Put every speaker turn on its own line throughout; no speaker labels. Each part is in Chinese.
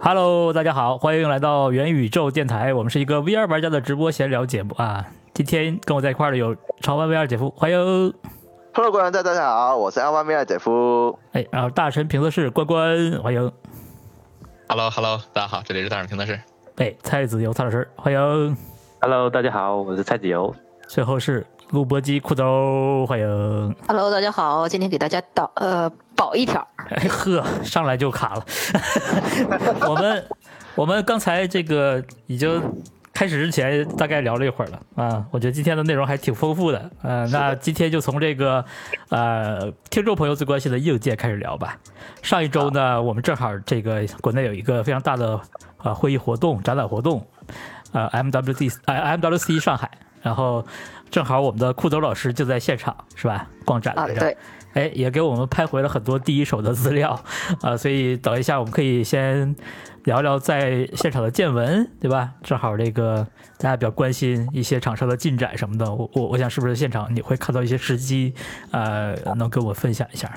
Hello，大家好，欢迎来到元宇宙电台，我们是一个 VR 玩家的直播闲聊节目啊。今天跟我在一块儿的有潮玩 VR 姐夫，欢迎。
Hello，观众大家好，我是阿万米尔姐夫。
哎，然后大神评测室关关，欢迎。
Hello Hello，大家好，这里是大耳评测室。
哎，蔡子游蔡老师，欢迎。
Hello，大家好，我是蔡子游。
最后是录播机裤兜，欢迎。
Hello，大家好，今天给大家导呃保一条，
哎 呵，上来就卡了。 我们我们刚才这个已经开始之前大概聊了一会儿了啊，我觉得今天的内容还挺丰富的。呃，那今天就从这个呃听众朋友最关心的硬件开始聊吧。上一周呢，我们正好这个国内有一个非常大的呃会议活动、展览活动，呃 MWC 呃 MWC 上海，然后正好我们的酷走老师就在现场是吧？逛展
啊
来着。
对，
哎，也给我们拍回了很多第一手的资料， 啊、所以等一下我们可以先聊聊在现场的见闻，对吧？正好这个大家比较关心一些厂商的进展什么的，我我我想是不是现场你会看到一些时机，呃，能跟我分享一下？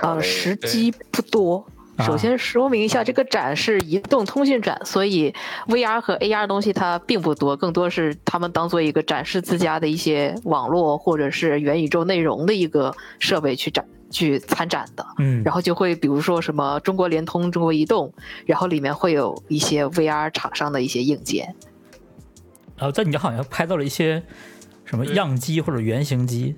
呃，时机不多。
啊
首先说明一下，这个展是移动通讯展，所以 VR 和 AR 东西它并不多，更多是他们当做一个展示自家的一些网络或者是元宇宙内容的一个设备去展去参展的。
嗯
然后就会比如说什么中国联通、中国移动，然后里面会有一些 VR 厂商的一些硬件。
然后在你好像拍到了一些什么
对
样机或者原型机，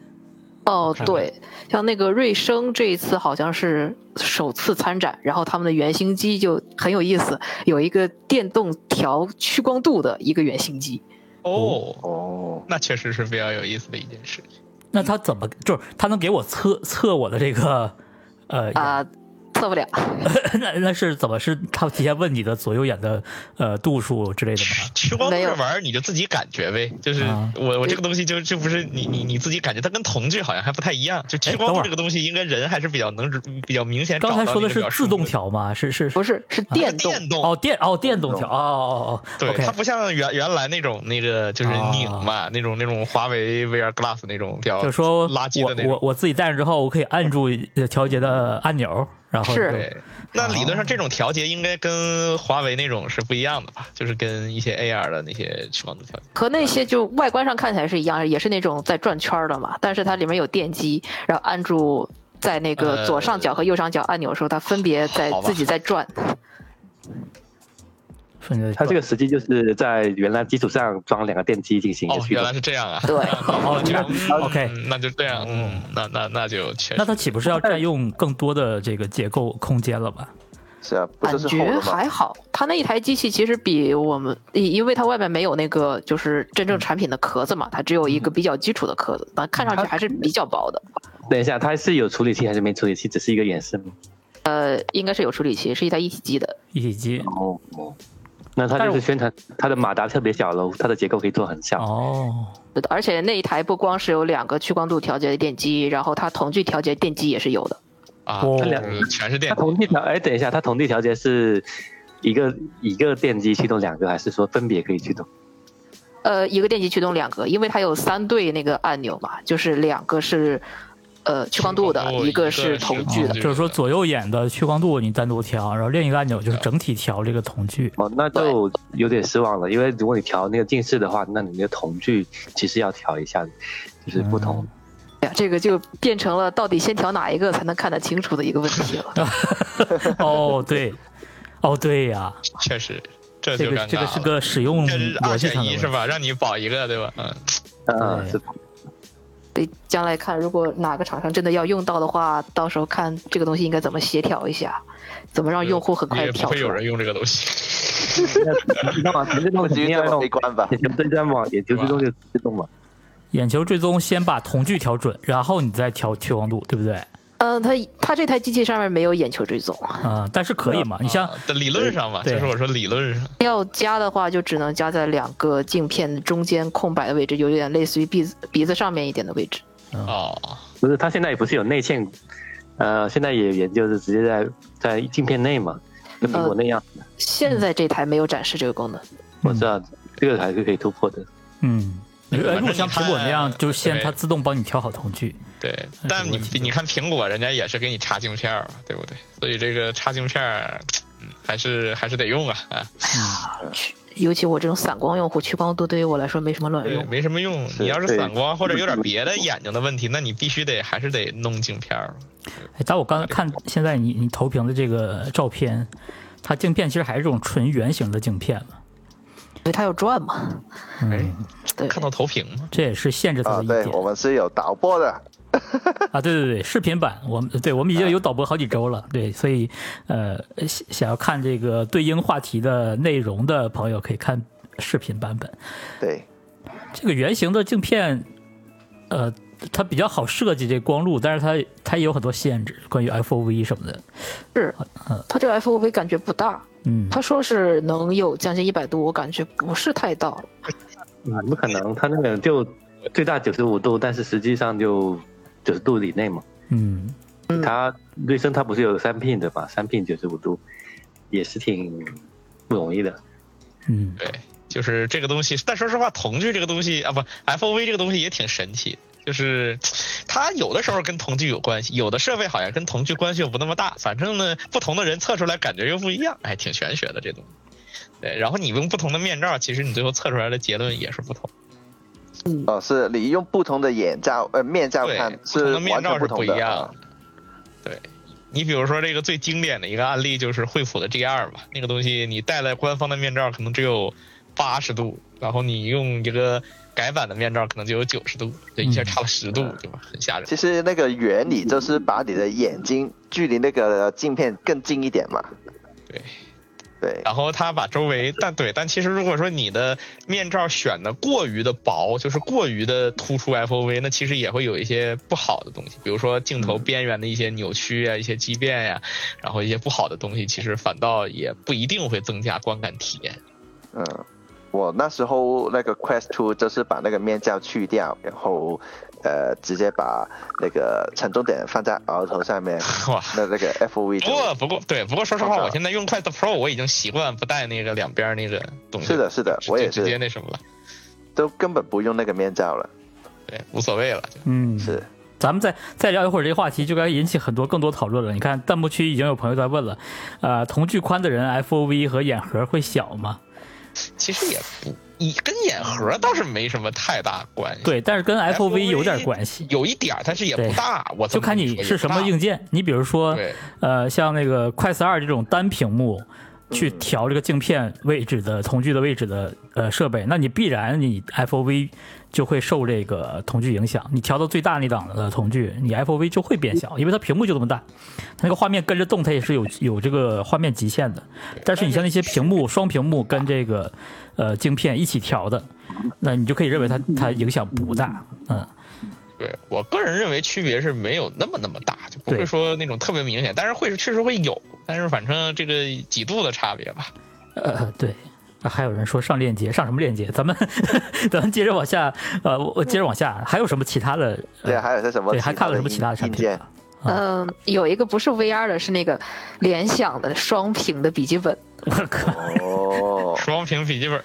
哦
看，
对，像那个瑞声这一次好像是首次参展，然后他们的原型机就很有意思，有一个电动调屈光度的一个原型机。
哦，
哦，
那确实是比较有意思的一件事。
那他怎么就是他能给我测测我的这个呃
哎
啊、测不了，
那那是怎么是他提前问你的左右眼的呃度数之类的 吗？
屈光度
没有
这玩意儿你就自己感觉呗，就是
啊
我我这个东西就就不是你你你自己感觉，它跟瞳距好像还不太一样。就屈光
哎等会
度
儿
这个东西，应该人还是比较能比较明显找
刚
到那
才
个
说
比较
的是
舒服的。
自动调吗？是是
不是，是电动。
啊电动
哦电哦电动调哦哦哦哦
对，
，OK
它不像原原来那种那个就是
啊
拧嘛，那种那种华为 VR Glass 那种比较
就是说
垃圾的那
我
种
我。我自己戴上之后，我可以按住呃调节的按钮，然后
是
对，
啊
那理论上这种调节应该跟华为那种是不一样的吧？就是跟一些 AR 的那些屈光度调节。
和那些就外观上看起来是一样，也是那种在转圈儿的嘛，但是它里面有电机，然后按住在那个左上角和右上角按钮的时候，它分别在
呃好吧
自己在转。
瞬间
它这个实际就是在原来基础上装两个电机进行一个
哦，
驱
原
动
来。是 这样啊。
对
哦
那 OK
那就这样，嗯，那那那就确
那
实
它岂不是要占用更多的这个结构空间了吧？
是啊，不
感
就是厚
觉
了吗？
还好，它那一台机器其实比我们，因因为它外面没有那个就是真正产品的壳子嘛，
嗯
它只有一个比较基础的壳子，但看上去还是比较薄
嗯
的。
等一下，它是有处理器还是没处理器？只是一个演示吗？
呃，应该是有处理器，是一台一体机的。
一体机
哦，那它
但
就是是宣传它的马达特别小喽，它的结构可以做很小。
哦，
对的，而且那一台不光是有两个屈光度调节的电机，然后它瞳距调节电机也是有的。
啊，
哦
那就是全是电
它同地调，哎，等一下，它同地调节是一个一个电机驱动两个，还是说分别可以驱动？
呃，一个电机驱动两个，因为它有三对那个按钮嘛，就是两个是呃屈光度的
屈光，度
一个
一个
是
是
瞳
距
距
哦
的。
就是说左右眼的屈光度你单独调，然后另一个按钮就是整体调这个瞳距。
哦，那就有点失望了，因为如果你调那个近视的话，那你的瞳距其实要调一下的，就是不同。
哎呀，这个就变成了到底先调哪一个才能看得清楚的一个问题了。
哦对，哦对呀，
确实， 这就
这个
尴
这
尬
个是
了。
个使用
这是
逻
二
辑
选
上的
一
问
是
题。
吧？让你保一个对吧？嗯，
嗯，
对
是
对，将来看如果哪个厂商真的要用到的话，到时候看这个东西应该怎么协调一下，怎么让啊用户很
也不
快跳
会
出
有人
来。
用这个东西。
那往前 自动
不
肯
至于
定
这
要
么悲
用，
观吧？
眼球对战网，眼球自动就自动嘛。
眼球追踪先把瞳距调准，然后你再调屈光度，对不对？
嗯，它它这台机器上面没有眼球追踪，
啊、但是可以 嘛？你像
啊在理论上嘛，
对
就是我说理论上，
要加的话就只能加在两个镜片中间空白的位置，有点类似于鼻子鼻子上面一点的位置。
嗯
哦，
不是，它现在也不是有内嵌，呃，现在也研究是直接在在镜片内嘛，跟苹果那样。
现
嗯
在这台没有展示这个功能。
我知道这个还是可以突破的。
嗯，
对
呃
反
如果
正
像
你
苹果那样，
看
就是先
对
它自动帮你调好瞳 距。
对。但你你看苹果，人家也是给你插镜片儿嘛，对不对？所以这个插镜片儿嗯还是还是得用啊啊，
嗯
尤其我这种散光用户，屈光度对于我来说没什么卵
对，
用。
没什么用。
是
你要是
对
散光或者有点别的眼睛的问题，那你必须得还是得弄镜片儿。
哎，但我刚才看现在你你投屏的这个照片，它镜片其实还是这种纯圆形的镜片嘛，
对，它要转嘛，
哎
嗯，
对，
看到投屏吗？
这也是限制它
啊
的，一
对
点
我们是有导播的，
啊，对对对，视频版我们对我们已经有导播好几周了，对，所以呃想想要看这个对应话题的内容的朋友可以看视频版本。
对，
这个圆形的镜片，呃，它比较好设计这光路，但是它它也有很多限制，关于 FOV 什么的。
是
嗯，
它这个 FOV 感觉不大，
嗯，
他说是能有将近一百度，我感觉不是太到了。
嗯，不可能，它那个就最大九十五度，但是实际上就九十度以内嘛。
嗯，
嗯
它瑞声它不是有三片的嘛，三片九十五度也是挺不容易的。
嗯，
对，就是这个东西。但说实话，瞳距这个东西啊，不，FOV 这个东西也挺神奇的。就是它有的时候跟瞳距有关系，有的设备好像跟瞳距关系又不那么大。反正呢，不同的人测出来感觉又不一样，哎，挺玄学的这东西。对，然后你用不同的面罩，其实你最后测出来的结论也是不同。
哦、是你用不同的眼罩呃面罩
对
看，
不同
是
的面
完
罩
全
是
同
不一
的。
样
啊
的对，你比如说这个最经典的一个案例就是惠普的 G 二吧，那个东西你戴了官方的面罩可能只有八十度，然后你用一个改版的面罩可能就有九十度，这
嗯
一下差了十度，对吧？很吓人。
其实那个原理就是把你的眼睛距离那个镜片更近一点嘛。
对
对，
然后它把周围，但对，但其实如果说你的面罩选的过于的薄，就是过于的突出 FOV，那其实也会有一些不好的东西，比如说
嗯
镜头边缘的一些扭曲啊、一些畸变呀、然后一些不好的东西，其实反倒也不一定会增加观感体验。
嗯，我那时候那个 Quest Two 就是把那个面罩去掉，然后呃直接把那个承重点放在额头上面，
哇！
那那个 FOV
不
就
过，不过，对，不过说实
好
话，
的
我现在用快的 Pro，我已经习惯不带那个两边那个东西。
是的，，是的，我也
直接
是，
那什么了，
都根本不用那个面罩了。
对，无所谓了。就
嗯，
是。
咱们再再聊一会儿这个话题，就该引起很多更多讨论了。你看弹幕区已经有朋友在问了，呃，瞳距宽的人 FOV 和眼核会小吗？
其实也不，你跟眼核倒是没什么太大关系。
对，但是跟 FOV
FOV
有点关系，
有一点儿，但是也不
对
大。我这
就
么
看
跟
你
说
是
也
什
不
么
大
硬件。你比如说，
对
呃，像那个快四二这种单屏幕去调这个镜片位置的瞳距的位置的呃设备，那你必然你 FOV 就会受这个瞳距影响。你调到最大那档的瞳距，你 FOV 就会变小，因为它屏幕就这么大，它那个画面跟着动，它也是有有这个画面极限的。但是你像那些屏幕双屏幕跟这个呃镜片一起调的，那你就可以认为它它影响不大，嗯。
对我个人认为区别是没有那么那么大，就不
对
会说那种特别明显，但是会是确实会有，但是反正这个几度的差别吧。，
呃，对。啊还有人说上链接，上什么链接？咱们 咱们接着往下，呃，我我接着往下，还有什么其他的？呃
对啊，还有些什么？
对，还看了什么其他的产
硬
品
件？
啊？
嗯，有一个不是 VR 的，是那个联想的双屏的笔记本。
我靠，
哦
双屏笔记本，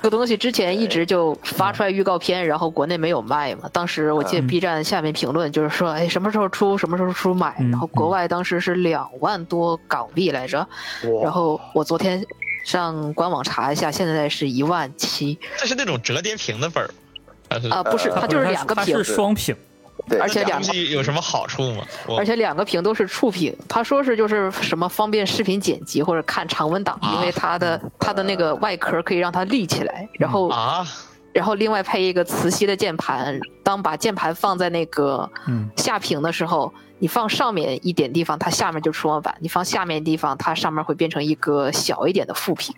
这个东西之前一直就发出来预告片，然后国内没有卖嘛。当时我记得 B 站下面评论就是说，哎，什么时候出，什么时候出买。
嗯
然后国外当时是两万多港币来着，然后我昨天上官网查一下，现在是一万七
这是那种折叠屏的本儿吗，但是
啊，不是，
呃
它就是两个
它
屏
是，双屏，
对，
而且
这
两
东西有什么好处吗？我
而且两个屏都是触屏，他说是就是什么方便视频剪辑或者看长文档，
啊
因为它的它的那个外壳可以让它立起来，然后
啊，
然后另外配一个磁吸的键盘，当把键盘放在那个
嗯
下屏的时候，你放上面一点地方，它下面就触摸板；你放下面地方，它上面会变成一个小一点的副 屏。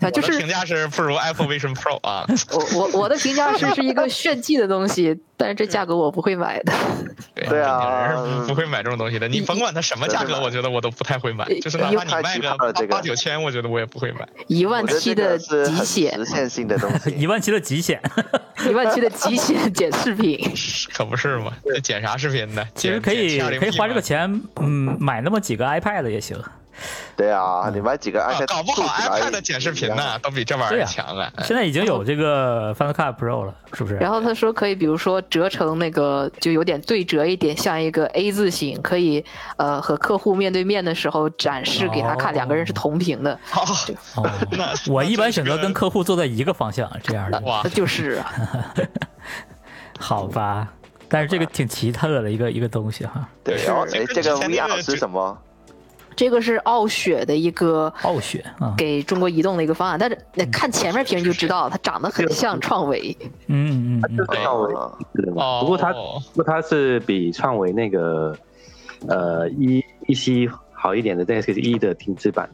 啊，
我
就
的
是
评价是不如 Apple Vision Pro 啊。
我我我的评价是是一个炫技的东西，但是这价格我不会买的。
对
对啊
正经人是不不会买这种东西的。你甭管它什么价格，我觉得我都不太会买。
呃
就是哪怕你卖个
又太奇葩了这个
八九千，我觉得我也不会买。
一万
我觉得
七
这
的
个是
极
很
限
实，现性的东
一
西。
万七的极限，
一万七的极限剪视频。
可不是嘛？这剪啥视频呢？
其实
剪
可以
剪720 P
可以花这个
吗
钱，嗯，买那么几个 iPad 也行，
对啊，你买几个 iPad，
搞不
竖
好
起来
iPad 的显示屏
一样
呢，都比这玩意
对
儿
呀
强啊！
现在已经有这个 Final Cut Pro 了，是不是？
然后他说可以，比如说折成那个，就有点对折一点，像一个 A 字形，可以呃和客户面对面的时候展示给他看，
哦
两个人是同屏的，
好，
哦
那
我一般选择跟客户坐在一个方向，这样的
哇
那，就是啊
好吧？但是这个挺奇特的一个一个东西哈，
对，
是
然后
这
哎，
跟
这
之
个
前那个
VR 是
就
什么？
这个是傲雪的一个
暴雪啊，
给中国移动的一个方案，但是那看前面屏就知道，它长得很像创维。
嗯嗯嗯嗯，
对
创维
啊
是吧？
哦，
不过它不过它是比创维那个呃一一 C 好一点的，但是是一的定制版，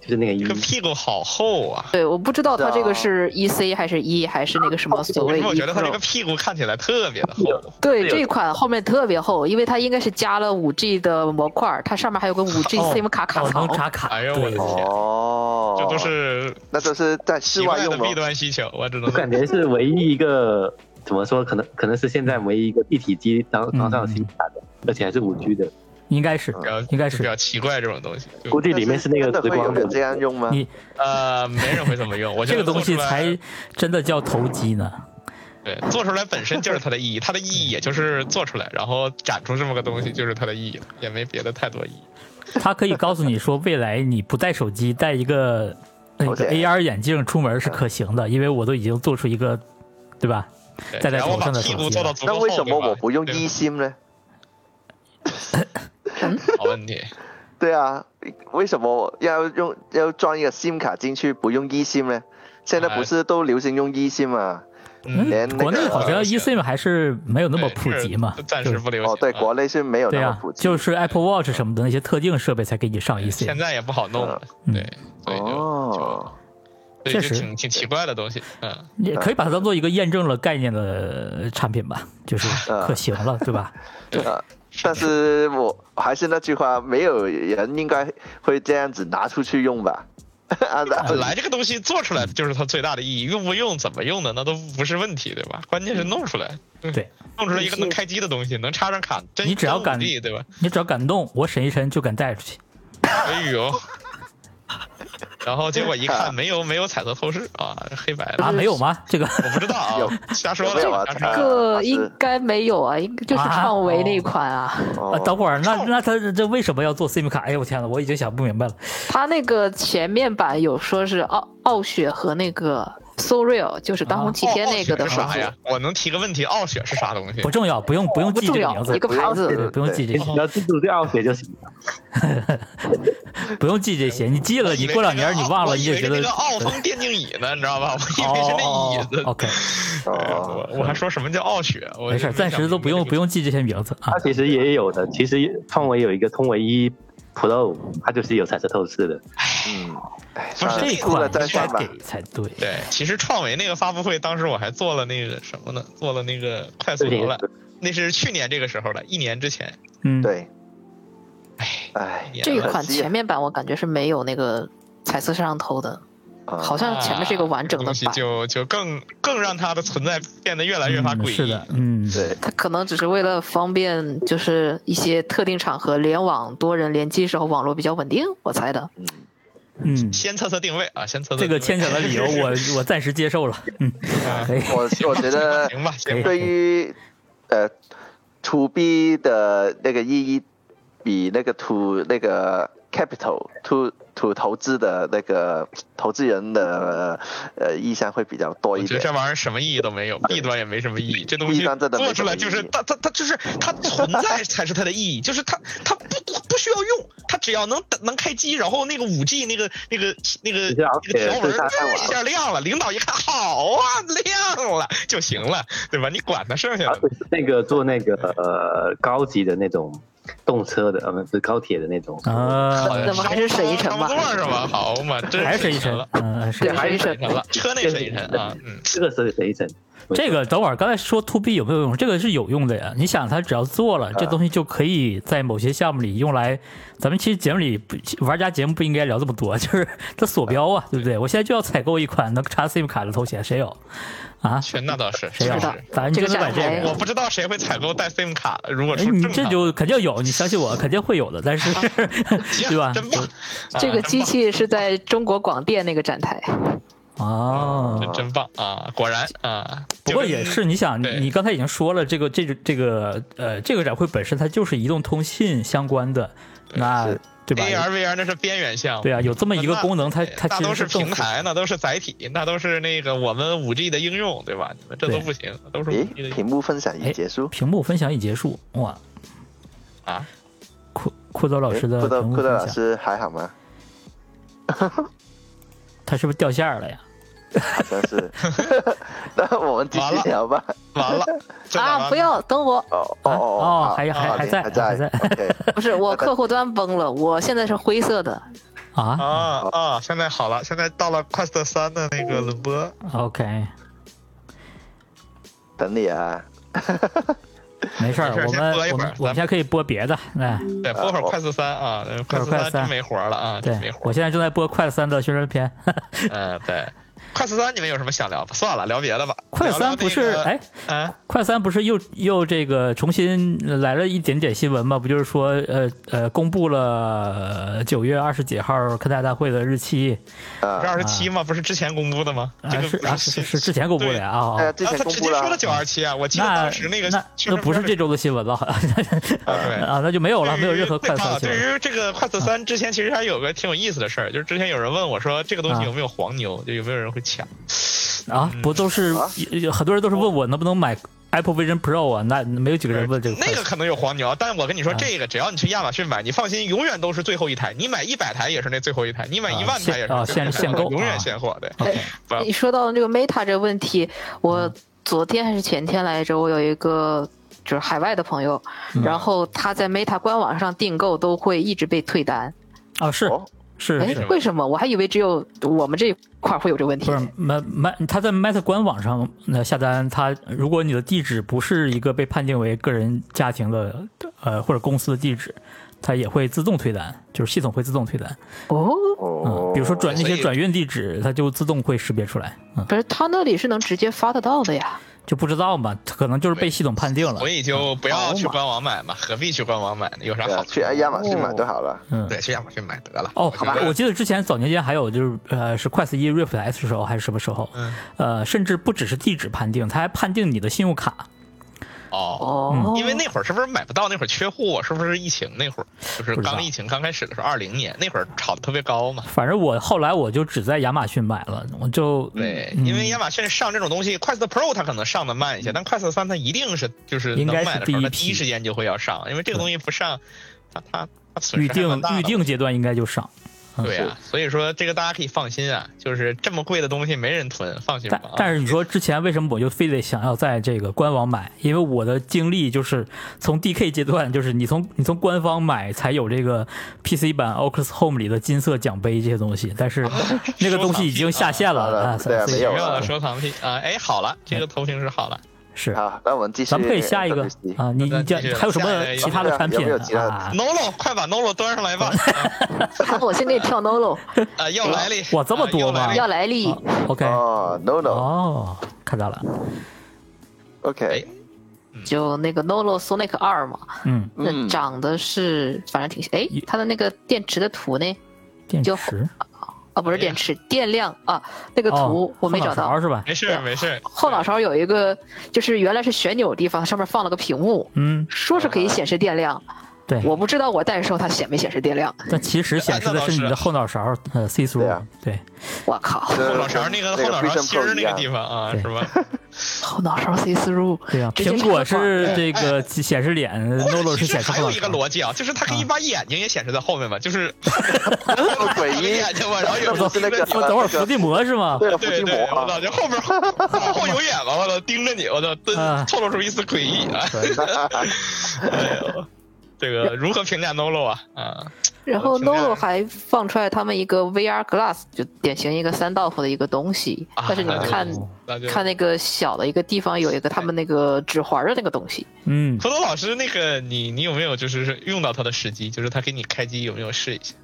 就是那个一
这个屁股好厚啊！
对，我不知道它这个
是
是 E C 还是 E 还是那个什么所
为
谓
哦什么我
E
觉得它这个
Pro。
屁股看起来特别的厚？
对，这款后面特别厚，因为它应该是加了五 G 的模块儿，它上面还有个五 G
哦
SIM 卡卡
哦
槽
能。插卡，
哎呦我
对
的
对
天，
哦，
这都是
那都是在室
奇
外
怪的
用
弊
的。
端需求，我只能
我
说
感觉是唯一一个怎么说，可能可能是现在唯一一个一体机当当上
嗯
新卡的，而且还是五 G 的，
嗯
应该是
比较
应该
比
是
较奇怪这种东西。就
估计里面是那个
真的
时
会有
光的
人这样用吗？
你
呃，没人会这么用。我觉
这
得
个东西
做出来
才真的叫投机呢。
对，做出来本身就是它的意义，它的意义也就是做出来，然后展出这么个东西就是它的意义了，也没别的太多意义。
它可以告诉你说，未来你不带手机，带一个那
头
个
显
AR 眼镜出门是可行的，因为我都已经做出一个，对吧？
对
戴在
然后
头上的
把屁股
手机
做到足够
那
厚，
为什么
对吧
我不用
对
一心呢？
好问题，
对啊，为什么我要用要装一个 SIM 卡进去，不用一 SIM 呢？现
哎
在不是都流行用啊一 SIM 吗？
嗯，
连那个
国内好像
流行
eSIM 还是没 有那么
对
普及嘛
这，暂时不流行。
哦，对，
啊
国内是没有
对
那么
呀
普，及。
就是 Apple Watch 什么的那些特定设备才给你上 E
现
eSIM。
在也不好弄了，对，所以就
哦，
嗯确
就所以就
实
挺挺奇怪的东西，嗯。
你可以把它当做一个验证了概念的产品吧，就是
嗯
可行了，对吧？
啊，但是我还是那句话，没有人应该会这样子拿出去用吧？ 啊按照
本来这个东西做出来就是它最大的意义，用不用、怎么用的那都不是问题，对吧？关键是弄出来，嗯
对
弄出来一个能开机的东西，能插上卡，真
你只要敢
真武力对吧？
你只要敢动，我审一审就敢带出去。
哎呦，然后结果一 看没有没有彩色透视啊，黑白的
啊，没有吗？这个
我不知道
有
啊，瞎说
有没有
了
啊，
瞎
这
说。
个应该没有啊，应该就是
啊
创维那款啊。
啊，等
哦，
会儿，那
哦
那他这为什么要做 SIM 卡？哎呦我天呐，我已经想不明白了。
它那个前面版有说是傲傲雪和那个 So Real，就是哦当红
啊
齐天那个的
哦傲雪
合
是啥呀
作，？
我能提个问题，傲雪是啥东西
不？重要，不用不
哦
用
不
记这
重
个
要
名字，
一个牌子
对，不用记这
你
些，
只要记住这奥学就行
哦
了。
不用记这些。你记了，
我以
你
为
过两年你忘了，
我
你
以
就哦
为
觉
是那
得
个奥风电竞椅呢，你知道吧？我以为是那椅子。
OK，
哎呀
哦
我我还说什么叫傲雪？我
没事，暂时都不用不
用。
用记这些名字啊
它。其实也有的，其实创维有一个通维一 Pro，它就是有彩色透视的。
嗯，哎，
不是
算了
这
哭了
款
再
应
算吧
该。给才对。
对，其实创维那个发布会，当时我还做了那个什么呢？做了那个快速浏览，那是去年这个时候了，一年之前。
嗯，
对，
哎，
哎，
也
这
可
款
惜
前面版我感觉是没有那个彩色摄像头的，
啊
好像前面是一个完整的
呃啊这个东
版
西，就就更更让它的存在变得越来越发
嗯，
诡异。
是的，嗯，
对，
它可能只是为了方便，就是一些特定场合联网多人联机时候网络比较稳定，我猜的。
嗯，
嗯，
先测测定位啊，先测测
这
定
个
位哎
牵扯的理 由我我暂时接受了。嗯，可以。
我我觉得
行吧，行吧，
对于呃 to B 的那个意义，比那个 to 那个 capital to to 投资的那个投资人的呃意向会比较多
我
一
觉得这
点。
玩意儿什么意义都没有，弊端也没什么意义。这东
弊
西
端真的没
做出来就是
什么意义
它它它就是它存在才是它的意义，就是它它不不需要用，它只要能能开机，然后那个五 G 那个那个那个
你知道
那个条纹
对它看
哎
完了
一下亮了，领导一看好啊亮了就行了，对吧？你管它剩下
而
的
且是那个坐那个呃高级的那种动车的，呃不是高铁的那种，
啊，
怎么还是沈一晨吧
吧？是吧？好嘛， 真
还是沈一
晨
晨
了，，
嗯，是
对，还是
沈一晨了，车内沈一晨啊，嗯，
这个是谁整？
这个等会儿刚才说 to B 有没有用？这个是有用的呀。你想，它只要做了，这东西就可以在某些项目里用来。咱们其实节目里不玩家节目不应该聊这 么多，就是它锁标啊，对不对？我现在就要采购一款能插 SIM 卡的头显，谁有？啊，
全那倒是，
谁有
确
知道哎
实。
咱
这
就
个
是
展
在这
台
边
我。不知道谁会采购带 SIM 卡的，如果
哎，
出
你
正
这
常，
就肯定有，你相信我，肯定会有的。但是，
行
对吧？
真棒！啊
这个
真
机
棒
器是在中国广电那个展台，
哦，
真真棒啊！果然啊，
不过也是，你想，
对
你刚才已经说了，这个这个这个呃，这个展会本身它就是移动通信相关的，那
是
对吧？
AR VR 那是边缘项目，
对啊，有这么一个
哦那
功能，它它
那
其
都
实
是
政
平
府
台，那都是载体，那都是那个我们五 G 的应用，对吧？你们这都
对
不行，都是五 G 的
咦，
应
屏
用
幕分享
哎
已结束。
屏幕分享已结束，哇，
啊！
酷酷豆老师
哎库
的
德
屏幕
库德老
分享，
师还好吗？
他是不是掉线儿了呀？
好像 是。 那我们继
完
续
了
聊吧。
完了这咋完
啊，
了
不要等我，
哦
哦
哦哦，
还还
好
还
你
在
还
还
在
在
OK，
不是我客户端崩了，我现在是灰色的，
啊
啊啊！现在好了，现在到了 Quest 三的那个轮播，
，OK，
等你啊。
没事儿，
没事儿
我
先
们
播一
我
会儿
们我
咱
们
啊
现在可以播别的，哎，
对，播会儿 Quest 三啊呃，Quest
快
三
三
真没活了啊，真没
对
活
我
儿。
现在正在播快三的宣传片，
嗯，对，Quest 三你们有什么想聊的？算了，聊别的吧。
快三不是
聊聊那个
哎。
啊
快三不是又又这个重新来了一点点新闻嘛？不就是说，呃呃，公布了九月二十几号科大大会的日期
不是二十七吗？不是之前公布的吗？
啊？
这个
是
不
啊
是
是是之前公布的呀啊、
哎呀，
哦
之
啊，
前
他
公
直
布
接说了
了，
九二七啊！我记得
那
当时那个
那
宣
那
传
不是
片
这周的新闻了，好像
啊对
啊，那就没有了，没有任何快三的新
对于
闻
对于这个快速三，之前其实还有个挺有意思的事儿，就是之前有人问我说，这个东西有没有黄牛，就有没有人会抢？
啊，
嗯
不都是、
啊
有很多人都是问我能不能买 Apple Vision Pro 啊？那没有几个人问这个快
那个可能有黄牛，但我跟你说，
啊
这个只要你去亚马逊买，你放心，永远都是最后一台。你买一百台也是那最后一台，你买
啊
一万台也是那最后一
现
台
啊现现购
永
啊
远现货。对，
OK
啊
你说到这个 Meta 这个问题，
嗯
我昨天还是前天来着，我有一个就是海外的朋友，
嗯
然后他在 Meta 官网上订购都会一直被退单。
啊是
哦
是
哎
是，，
为什么？我还以为只有我们这一块会有这个问题
不。是买买，他在 Meta 官网上那下单，他如果你的地址不是一个被判定为个人家庭的呃或者公司的地址，它也会自动退单，就是系统会自动退单。
哦，
哦
嗯，，比如说转那
所
些
以
转运地址，它就自动会识别出来。嗯，
不是，他那里是能直接发得到的呀。
就不知道嘛，可能就是被系统判定了
所。以就不要去
好嘛
官网买嘛，何必去官网买呢？有啥
对啊
好？
去亚马逊买就好了。
嗯，
对，去亚马逊买得了。
哦，
觉得
我记得之前早年间还有就是呃是快四一 Rift S 时候还是什么时候，
嗯
呃甚至不只是地址判定，它还判定你的信用卡。
哦。
嗯
哦，
因为那会儿是不是买不到？那会儿缺货，是不是疫情那会儿？就是
不知道
刚疫情刚开始的时候，二零年那会儿炒的特别高嘛。
反正我后来我就只在亚马逊买了，我就
对，
嗯
因为亚马逊上这种东西，快速 Pro 它可能上的慢一些，但快速三它一定是就是
应
能
该是
买的时候，
第一
它第一
批
时间就会要上，因为这个东西不上，它它它损
预
失还
定
蛮大的
预定阶段应该就上，
对啊，所以说这个大家可以放心啊，就是这么贵的东西没人囤，放心吧
但
啊。
但是你说之前为什么我就非得想要在这个官网买？因为我的经历就是从 DK 阶段，就是你从你从官方买才有这个 PC 版 Oculus Home 里的金色奖杯这些东西，但
啊
是 那个东西已经下线
好
了
了
啊，
对啊
所以
没有
不
了
要收藏癖啊！哎，好了，这个头型是好了，
是。
好，那我们继续。
咱们可以下一个啊，你你讲
那继续
还有什
下一
么
个
其他的产
有
品
没有其他的
啊？
Nolo，快把 Nolo 端上 来吧！
我先给你跳 Nolo，
啊啊，要来力，
哇这么
啊
多
要来
吗
力
要来历。
OK，
哦，no no，OK，、
哦，看到了，
哎
OK，
就那个 Nolo Sonic 二嘛，
嗯，
那
嗯，
长得是反正挺哎
一，
它的那个电池的图呢？
电
就
池
啊，不是
哎呀
电池，电量啊，那个
哦
图，我没
后
找
脑
到
勺。是吧？
没事儿没事儿，
后脑勺有一个，就是原来是旋钮的地方，上面放了个屏幕，
嗯，
说是可以显示电量，
哦对，
我不知道我戴的时候它显没显示电量。
但其实显示的是你的后脑勺，呃，C
对
through，
啊
对，
我靠，
呃
后脑勺那个后脑勺芯儿那个 地
方，
方啊，
对
是吧？
后脑勺 C through，
对呀，
直接
苹果
插管
是这个显示脸
或者
，Nolo
哎其
是
实
显示
还
后
有
脑
一个
勺。
逻辑啊，就是他可以把眼睛也显示在后面嘛，就是
这么诡异
眼，睛嘛，然后有
那不是那个
我等会儿伏地魔是吗？
对啊，伏
啊对
地魔
对，我
啊
操，，就后面后后有眼嘛，我操，盯着你，我操，都
啊
透露出一丝诡异啊！ 哎呦，这个如何评价 Nolo 啊？啊，
然后
挺亮
Nolo 还放出来他们一个 VR glass，就典型一个三道夫的一个东西
啊，
但是你
那就
看
那就
看那个小的一个地方有一个他们那个指环的那个东西，
嗯，
普多老师，那个你你有没有就是用到他的时机？就是他给你开机有没有试一下？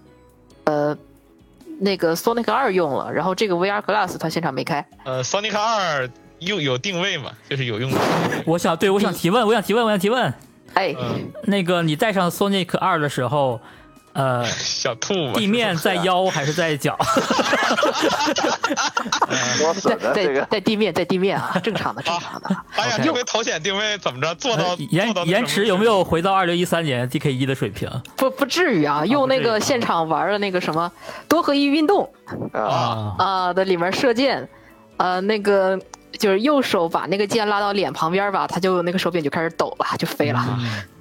那个 Sonic 二用了，然后这个 VR glass 它现场没开，
呃，Sonic 二用有定位嘛，就是有用的。
我想对，我想提问，我想提问，我想提问。
哎，
嗯，
那个你戴上 Sonic 二的时候，
哎
呃，
小兔嘛，
地面在
啊
腰还是在脚？
我损
在
了这
在
个，
在地面，在地面啊，正常的，正常的。
哎呀，这回头显定位怎么着做到
哎延
做到那
延
什么
迟有没有回到二零一三年 DK 一的水平？
不不至于啊，用那个现场玩的那个什么多合一运动
啊，
啊，
啊的里面射箭，呃，那个就是右手把那个箭拉到脸旁边吧，他就那个手柄就开始抖了，就飞了，就
嗯哎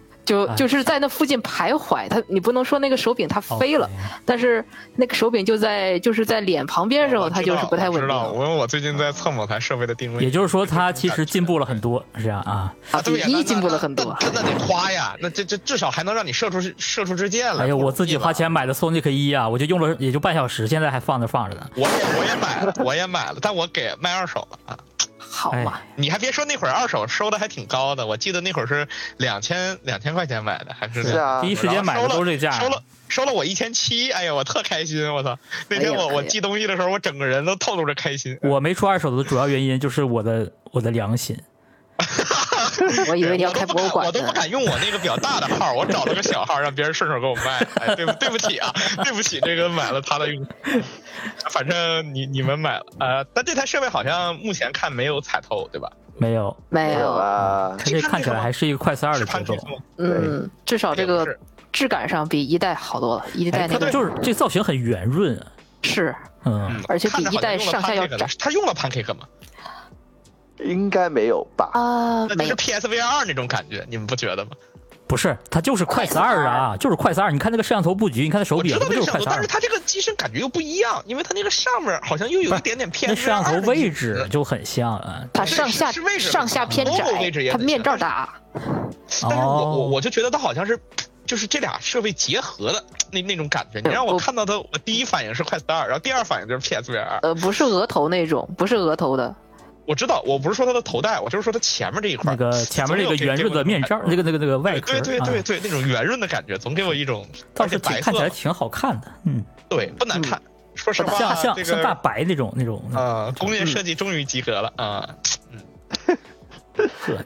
就是在那附近徘徊。他你不能说那个手柄它飞了，
OK
但是那个手柄就在就是在脸旁边的时候，
哦我知
它就是不太稳
道我知
定
道，我我最近在测某台设备的定位。
也就是说，它其实进步了很多，是这样啊。
啊，比
对呀，那
一进步了很多。
那那那得夸呀，那这这至少还能让你射出去射出支箭来。
哎呦，我自己花
花钱。
钱买的 Sonic 一啊，我就用了也就半小时，现在还放着放着呢。
我也我也买了，我也买了，但我给卖二手了啊！
好嘛，
哎
你还别说，那会儿二手收的还挺高的，我记得那会儿是两千两千块钱买的，还是
是啊
第一时间买的都是这价。
收了收了我一千七，哎呀，我特开心，我操！那天
哎呀
我
哎呀
我寄东西的时候，我整个人都透露着开心。
我没出二手的主要原因就是我的我的良心。
我以为你要
哎我都
开
不
博物
敢
馆
我都不
呢。
敢用我那个比较大的号，我找了个小号让别人顺手给我卖。哎，对不对不起啊，对不起，这个买了他的用户。反正你你们买了，呃，但这台设备好像目前看没有彩透，对吧？
没有，
没
没有
有，
啊
它，这看起来还是一个快四二的
是
品
潘
种
迪。斯吗？
嗯，至少这
也不
个
是
质感上比一代好多了，一代
哎，
那
它
个
就是这造型很圆润啊，
是。
嗯，
而且比一代
看着好像
上下要
用了 pancake
窄
呢他用了 pancake 吗？
应该没有吧？
啊，
那就
没
是
有
PSVR 二那种感觉，你们不觉得吗？
不是，它就是快四二啊，就是快四二。你看那个摄像头布局，你看它手
我
柄，
知
它
道
不
那
就
个
是
摄像
快四，二
头但是？它这个机身感觉又不一样，因为它那个上面好像又有一点点 PSVR
那摄像头位
的
置
意思，
就很像啊。
它上下
是是位置
上下偏
logo 位置也
窄，它
很
面罩大，
哦
但是我我我就觉得它好像是。就是这俩设备结合的那那种感觉，你让我
我
看到它，我第一反应是快四二，然后第二反应就是 PSVR。
呃，不是额头那种，不是额头的，
我知道，我不是说它的头戴，我就是说它前面这一块
那
儿，
个前面那个圆润的面罩，那个那个那个外壳
嗯对对对
啊，
对，那种圆润的感觉，总给我一种
倒是
而且
挺
白色
看起来挺好看的，嗯，
对不难看。说实话，
像像
这个
像大嗯白那种那种，
啊，工业设计终于及格了啊！
呵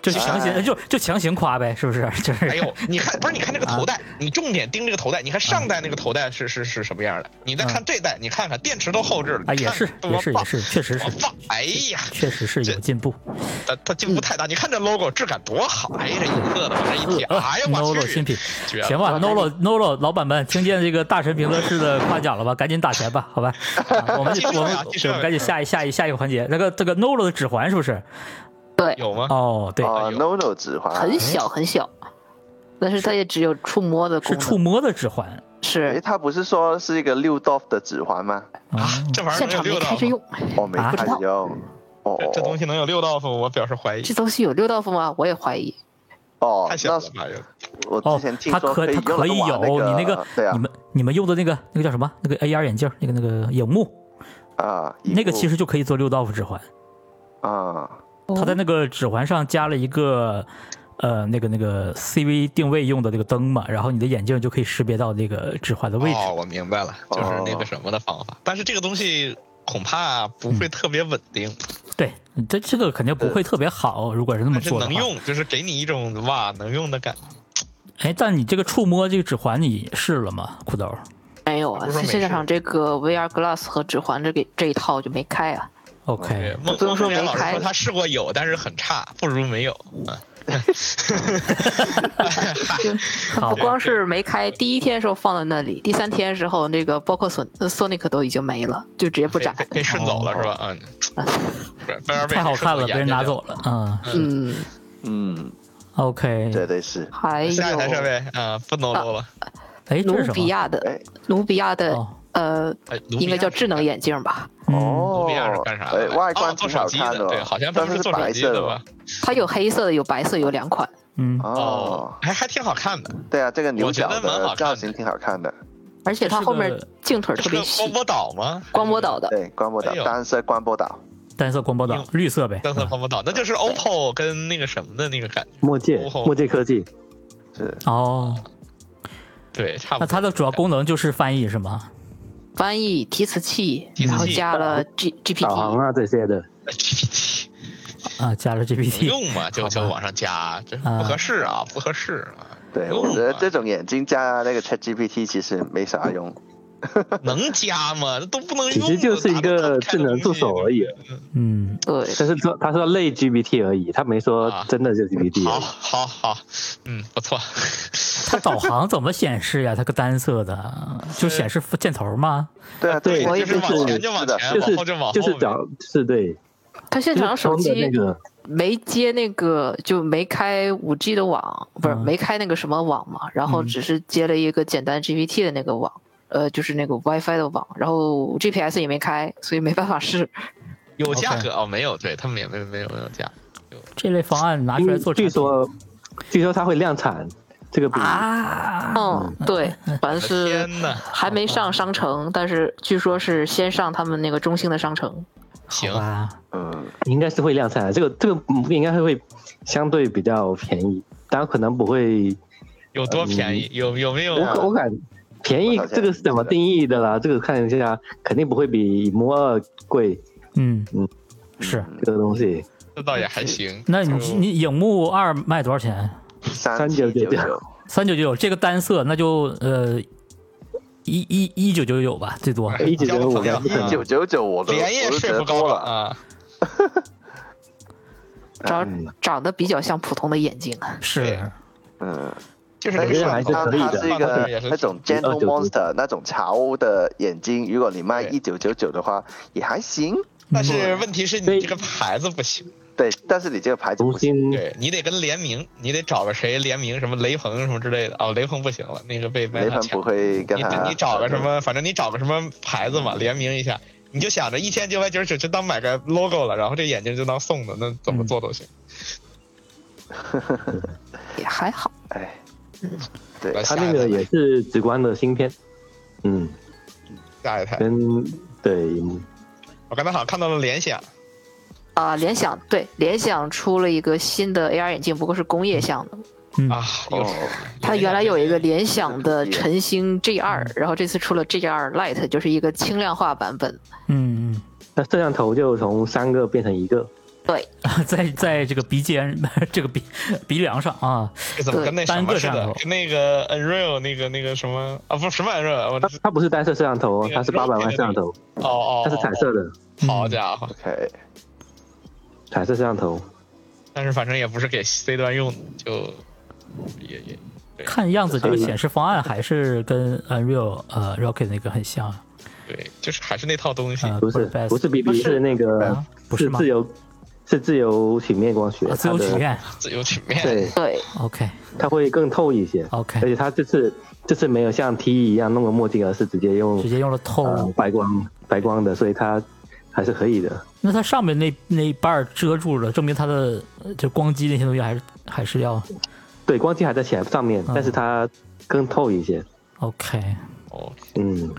就强行就就强行夸呗，是不是？ 就是
哎呦，你看，不是你看这个
啊
头戴，你重点盯这个头戴，你看上代那个头戴是是是什么样的？你再看这代，你看看电池都后置了，
啊，
你
也
看
是
多
也是也
棒
是，确实
多
是
棒！哎呀，
确实是有进步。
它它进
嗯
步太大，你看这 logo 质感多好！哎呀，这银色的往这一贴，
嗯
哎呀，我
啊 Nolo 新
去，
品，
绝
行
了！
吧，Nolo Nolo 老板们听见这个大神评测室的夸奖了吧？ 赶紧打钱吧，好吧，啊我们
继续
我们
啊继续
我们赶紧下一下一下一个环节，那个这个 Nolo 的指环是不是？
对，
有吗？
哦，对，
哦
有
，no no 指环，
哎
很小很小，但是它也只有触摸的
是
功
触
能，
摸的指环
诶，
是
他哎不是说是一个六 dot 的指环吗？
啊，
嗯
这玩意儿
现
能有
场
六
没
道
开
吗？
始
啊
我没看
用。
见。哦
这这东西能有六道吗？我表示怀疑
这，东西有六道锋吗？我也怀疑。
哦，
太小
那
了吧？有
我
哦
之前，听
它
说
可
以
它
用
可
来
以有
玩那
你那
个
个，
对啊
你，们你们用的那个那个叫什么？那个 AR 眼镜，那个那个荧幕，
啊，
那个
荧幕
其实就可以做六道夫指环。
啊，
它在那个指环上加了一个呃那个那个 CV 定位用的那个灯嘛，然后你的眼镜就可以识别到那个指环的位置。
哦，我明白了，就是
哦
那个什么的方法。但是这个东西恐怕不
嗯
会特别稳定，
对，这这个肯定不会特别好，如果是那么
但是
做的
能
话。
用，就是给你一种哇能用的感觉。
哎，但你这个触摸这个指环你试了吗，裤兜？
没有啊，
不是说没
现
事
场这个 VR Glass 和指环这个这一套就没开啊。
对
OK，
孟
不
孟
能说
非
没
老师
开
说他试过有，但是很差，不如没有。啊哎
它不光是没开，第一天的时候放在那里，第三天的时候那个包括索呃 Sonic 都已经没了，就直接不
被
展。
被被顺走了是吧？ 嗯，不是，被
哦太好看了，被人拿。走了。嗯
嗯，
嗯，
，OK，
绝对
嗯
是。
还有
下一台设
哎
备啊，不 Nolo 了，
哎，
努
这是什
比
么？
亚的
哎
努比亚的
哦
呃，
哎卢比亚
应该叫智能眼镜吧？
嗯，
卢
哦
比亚是干啥
哎
的？，
外
哦
观
做
挺
手
好
机
看
的，对，好像他
但
们
是
做手
白
机
色
的吧？？
它有黑色的，有白色，有两款。
嗯，
哦，，
还还挺好看的。
对啊，这个牛角
我觉得蛮好看的
的造型挺好看的，
而且它后面
这是个
镜腿
这是
特别
个
细
光，波岛吗？
光波导的。
对，关波岛
哎呦，
单色关波岛，
单色光波导，绿色呗。
单色光波岛，那就是 OPPO 跟那个什么的那个感觉，
墨界
幕后
墨界科技，
是
哦，
对，差不
那
多。
它的主要功能就是翻译是吗？
翻译提词器，
提词器
然后加了 G
导航
GPT，
哎
啊这些的，
GPT
啊，加了
不
GPT，
用嘛，就
好吧
就往上加，这
啊
不合适啊，不合适啊，
对，
不
我
用
觉得
吧
这种眼镜加那个 ChatGPT 其实没啥用。
能加吗？这都不能
其
用，
实就是一
打都打不
个智
开的
能助手而已，
嗯，
对，
但是说他说类 GPT 而已，他没说
啊
真的就是
东
GPT
西。
而
好，
已。
好，好，嗯，不错。
它导航怎么显示呀？它个单色的，就显示
呃
箭头吗？
对啊，
对
对，
我也
就是
是
往前就往前，
就是
往后就往后。
就是找是对，
他现
就是
场手
装的
机
那个
没接那个，就没开五 G 的网，不是、
嗯
没开那个什么网嘛，然后
嗯
只是接了一个简单 GPT 的那个网，呃，就是那个 WiFi 的网，然后 GPS 也没开，所以没办法试。
有价格哦，没有，对他们也没没有没有价。
这类方案拿出来做产
嗯据
品，
说据说它会量产，这个比
啊，
嗯，对，反正是
天呐，
还没上商城，但是据说是先上他们那个中兴的商城。
行
好，吧，
嗯，
应该是会量产的。这个这个嗯应该是会相对比较便宜，当然可能不会，
有多便宜？有有没有
我？我感便宜
多少钱
这个是怎么定义的啦？这个看一下，肯定不会比摩二贵
嗯
嗯
是。
这个东西。
这倒也还行。
那你
就
你影幕二卖多少钱？
三
3999
九九，
三九九九，这个单色那就呃一一一九九九吧，最多。
一九
交
九
个
五
朋友
不可
一
能
九，九九，我都
连夜
我都觉
睡
得
不高
多
了
了。
啊！
主要长得比较像普通的眼睛，
是
对，
嗯，
啊就是
但
这
觉
是
个
得还是
它
可以
它
的
是一个那种 Gentle
1299
Monster 那种潮的眼睛，如果你卖
对
一九九九的话，也还行。
但是
嗯
问题是你这个牌子不行，
对，但是你这个牌子
重
不行，
新
对你得跟联名，你得找个谁联名，什么雷朋什么之类的。哦，雷朋不行了，那个被
雷
卖
鹏
上
不
抢。
会跟
你
他。
你找个什？么，反正你找个什么牌子嘛，联名一下。你就想着一千九百九十九就当买个 logo 了，然后这眼睛就当送的，那怎么
嗯
做都行。
也还好。
哎，对，
来
它那个也是直观的芯片，嗯，
下一台，
跟对
我刚才好像看到了联想，
啊、联想对联想出了一个新的 AR 眼镜，不过是工业项的。
嗯
啊，又是
哦
它原来有一个联想的
嗯
晨星 G 二，然后这次出了 G 二 Lite，就是一个轻量化版本。
嗯嗯
那摄像头就从三个变成一个，
对，
嗯， 在在这个鼻尖 这个鼻鼻梁上啊，
这怎么跟那什么
单
似
个上
的
头？
跟那个 Unreal 那个那个什么啊，不是什么 Unreal，我
它它不是单摄摄像头哦，它是八百万摄像头，
哦哦，
它是彩色的
哦，
嗯
好家伙！
，OK，
彩色摄像头，
但是反正也不是给 C 端用的，就也也
看样子这个显示方案还是跟 Unreal 呃 Rocket 那个很像啊，
对，就是还是那套东西。
呃
不是
Best
不是 BB 是那个
啊不是吗
自由是自由曲面光学，
啊自由
它的嗯
曲面
自由曲面，
对，
对，
，OK
它会更透一些，而
OK，
且它这次这次没有像 T 一样弄个墨镜，而是直接用
直接用了
呃
透，
白光白光的，所以它还是可以的。
那它上面那那一半儿遮住了，证明它的呃就光机那些东西还是还是要
对，光机还在前上面，
嗯
但是它更透一些，
OK，
哦，
嗯，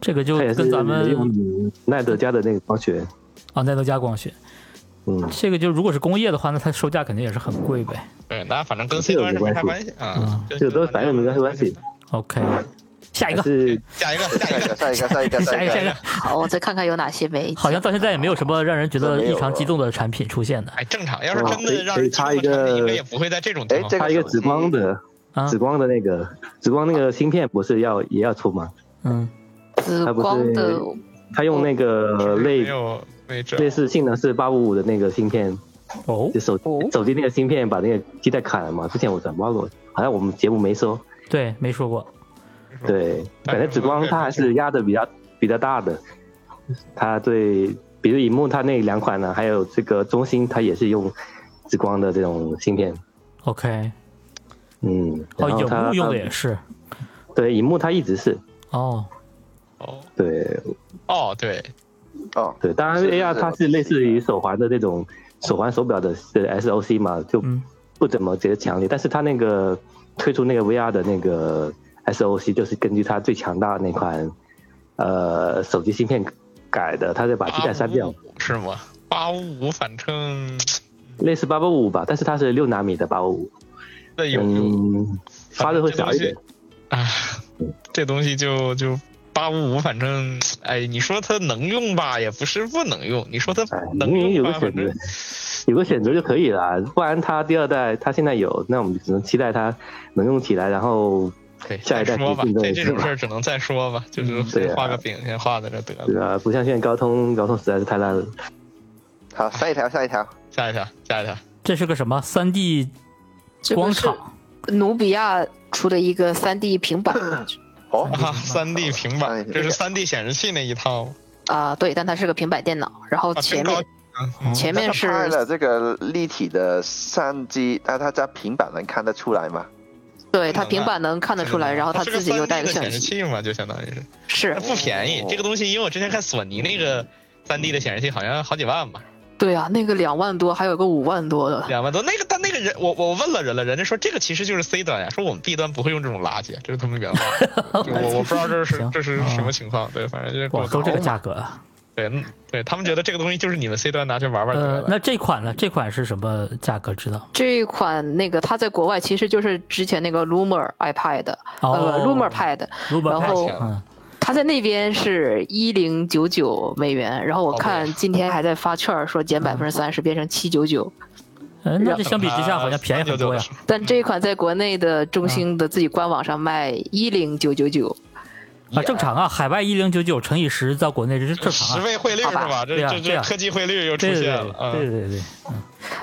这个就
它也是
跟咱
用
们
奈德家的那个光学，
啊奈德加光学，
嗯。
这个就如果是工业的话，那它售价肯定也是很贵呗
对，那反正跟
这
C
个
端是
没
没啥
关
关系
嗯
啊，
这个都是白人没关系关系。
，OK，下一个。
还是
下一个，下
下
一
一
个
个，，下一个，下一
下一个，
个，
下一
一
个
个，，
好，我再看看有哪些没。
好像到现在也没有什么让人觉得异常激动的产品出现的
哎，正常。要是真
哦可以
的让
可以
人
插
激动的
一
产品应
个
该也不会在这种地
哎
方，
这
它一个紫光的，
啊
紫。光的那个，紫光那个芯片不是要也要出吗？
嗯，
紫光的
它不它用那个
没
类
有哦没辙。
类似性能是八五五的那个芯片，
哦
就，手手机那个芯片把那个基带砍了嘛。之前我转忘了，好像我们节目没说。
对，没说过。
对，
但
感
是
觉紫光
对
它还是压的比较比较大的，它对，比如荧幕它那两款呢，还有这个中兴它也是用紫光的这种芯片，
OK，
嗯，
哦，
然后
影
它
幕用的也是。
对，荧幕它一直是
哦，
哦
对
哦，对，
哦，
对，当然
是
AR
是
它是类似于手环的这种手环手表的是 SOC 嘛，就
嗯
不怎么觉得强烈，但是它那个推出那个 VR 的那个 SOC 就是根据它最强大的那款呃手机芯片改的，它再把基
啊
带删掉，
855是吗？八五五，反正
类似八八五吧，但是它是六纳米的八八五，
那有有
嗯，发热会小一点，
啊，这东西就就八五五，反正哎，你说它能用吧，也不是不能用；你说它
哎，
能
因为有
用
个
吧，
选
反
择
正，
有个选择就可以了。不然它第二代它现在有，那我们只能期待它能用起来，然后
对，再
下一代
说吧
提，
这
进
这
这
种
种
事
事
儿只能再说吧，就是
对啊
画个饼先画在这得
对
了。
呃吧？不像现在高通，高通实在是太烂了。
好，下一条，下一条。
下一条，下一条，
这是个什么三 D
这
光
个是
场？
努比亚出的一个3 D 平板
哦，
啊，
嗯
三 D 平
哎
板，这是三 D 显示器那一套吗，
啊，对，但它是个平板电脑，然后
啊，真
前
高
面
级啊嗯
前
那
面
他
是
拍了这个立体的相机，那他在平板能看得出来吗？
能
对它平
啊
板能看得出来，然后
哦
它
它是个
自己又
3D
带个
的
相
显示
机，
器嘛，就相当于是，
是
它不便宜
哦。
这个东西，因为我之前看索尼那个三 D 的显示器好像好几万吧，
对啊，那个两万多，还有个五万多的，
两万多。那个但那个人，我我问了人了，人家说这个其实就是 C 端呀，说我们 B 端不会用这种垃圾，这是他们原话。 就我我不知道这是
行
这是什
啊
么情况，对，反正 就是给我
哇，都这个
搞
价格啊！
对嗯对，他们觉得这个东西就是你们 C 端拿去玩玩得
呃，
了。
那这款呢？这款是什么价格？知道？
这一款那个它在国外其实就是之前那个 Lumia iPad，
哦
呃，Lumia Pad，
Lumia
然
Pad，
后
嗯，
它在那边是一零九九美元，然后
哦
我看今天还在发券儿说减百分之三
嗯
十变成七九九，
呃那这相比之
啊
下好像便宜很多呀。
但这一款在国内的中兴的自己官网上卖一零九九九，
啊，正常啊，海外一零九九乘以十到国内这是正常
十
啊。
倍汇率是
好
吧？这
对呀
这
对
这
呀
科技汇率又出
对对
现
对
了啊！
对对对，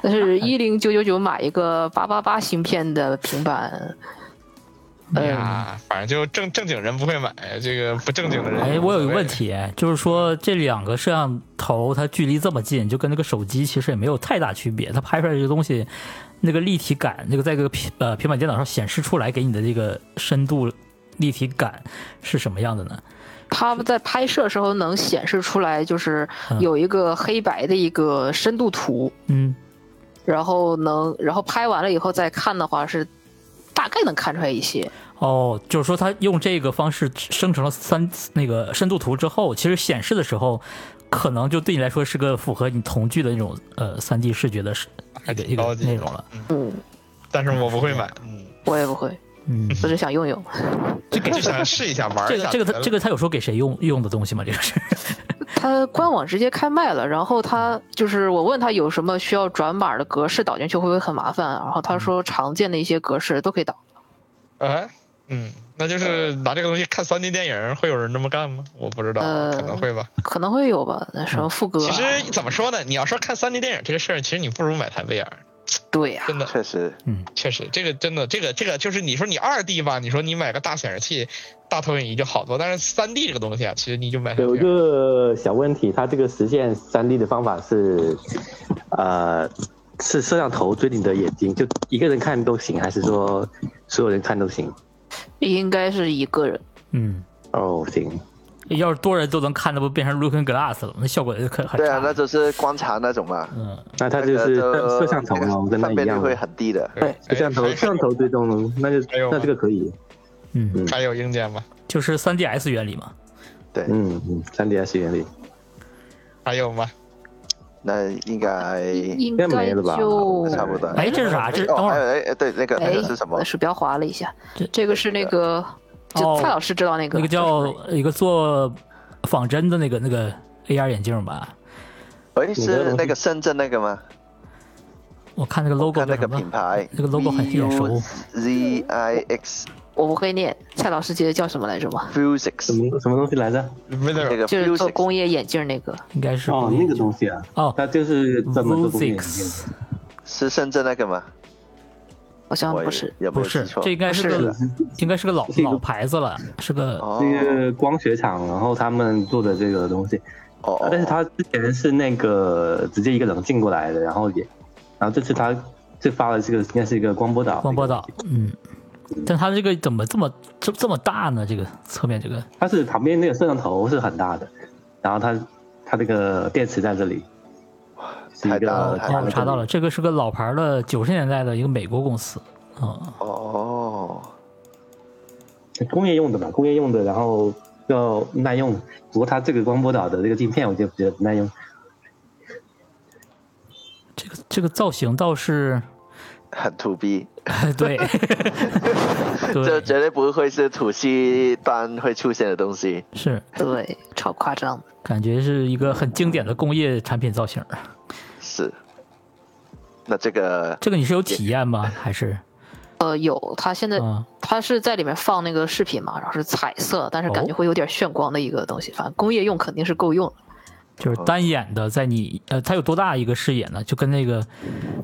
但是一零九九九买一个八八八芯片的平板，
哎
呃，
呀，反正就正正经人不会买，这个不正经的人。
嗯哎，我有一个问，题，就是说这两个摄像头它距离这么近，就跟那个手机其实也没有太大区别，它拍出来这个东西，那个立体感，那个在这个平呃平板电脑上显示出来给你的这个深度立体感是什么样的呢？
它在拍摄时候能显示出来，就是有一个黑白的一个深度图，
嗯，
然后能，然后拍完了以后再看的话是大概能看出来一些。
哦，就是说它用这个方式生成了三那个深度图之后，其实显示的时候，可能就对你来说是个符合你同距的那种呃三 D 视觉的视那个一
高
个
级
内容了。
嗯，
但是我不会买，嗯，
我也不会，
嗯，
我只想用用。
这个嗯就想试一下玩
这
一
个
下。
这个它这个它有说给谁用用的东西吗？这个是
它官网直接开卖了，然后它就是我问他有什么需要转码的格式导进去会不会很麻烦，啊然后他说常见的一些格式都可以导。
哎，嗯，那就是拿这个东西看三 D 电影，会有人这么干吗？我不知道，
呃
可能会吧。
可能会有吧，那什么副歌、
嗯
啊？
其实怎么说呢？你要说看三 D 电影这个事儿，其实你不如买台 VR，
对呀、
真的。
确实，
确实，这个真的，这个这个就是你说你二 D 吧，你说你买个大显示器、大投影仪就好多，但是三 D 这个东西啊，其实你就买
有一
个
个小问题，它这个实现三 D 的方法是，呃，是摄像头追你的眼睛，就一个人看都行，还是说所有人看都行？
应该是一个人。
嗯，
哦，行，
要是多人都能看，那不变成 Looking Glass 了吗？那效果就可很
对
差
啊，那
了。
就是观察那 种嘛。
嗯，
那它
那
就
个
是
就
摄摄像头咯，跟
那个
它
分
一
辨率
样
会
咯。
很低的。
对，
哎
摄像头，摄像头追踪咯，那就
还有吗
那这个可以，
嗯，
嗯
还有硬件吗？
就是三 DS
啊
原理嘛。
对，
嗯嗯，三 DS 原理。
还有吗？
那应该
应
该
该
没了吧
就
差不多。
哎，这是啥？这等
哦，
会
还
儿
有哎哎，对，那个那
哎
个是什，么
我？鼠标滑了一下
这，
这个是那个，
哦
就蔡老师知道那个，
那个
就是
叫一个做仿真的那个那个 AR 眼镜吧？
哎，是那个深圳那个吗？
我看那个 logo
看那
叫
个
什么
品？牌，
那个 logo 很眼熟
Z I X
我不会念，蔡老师记得叫什么来着吗？
什
Fusics，
么什么东西来着？
没
那
有，
个
就是做
Fusics，
工业眼镜那个，
应该是
哦，
不一
那个
定
东西啊，
哦
它就是专门做工业
Vuzix
是深圳那个吗？
好像
我
啊不是，
有没
不
有记
是，
错
这？应该是
不
个应该是 个老
是一个
老牌子了，是个
哦
是一个光学厂，然后他们做的这个东西，
哦哦，
但是他之前是那个直接一个人进过来的，然后也，然后这次他就发了这个应该是一个光波导，
光波导，嗯，但它这个怎么这么这这么大呢？这个侧面这个
它是旁边那个摄像头是很大的，然后它它这个电池在这里，是一
太大
个
了太大
哦，我查到了，这个是个老牌的九十年代的一个美国公司，啊，
哦，
工业用的吧，工业用的，然后要耐用，不过它这个光波导的这个镜片我就觉得不耐用，
这个这个造型倒是，
很土逼，
对，
这
对，
绝对不会是土系端会出现的东西。
是
对，超夸张的。
感觉是一个很经典的工业产品造型，
是，那这个
这个你是有体验吗？还是
呃，有，它现在
嗯
它是在里面放那个视频嘛，然后是彩色，但是感觉
哦
会有点炫光的一个东西。反正工业用肯定是够用了。
就是单眼的，在你呃，它有多大一个视野呢？就跟那个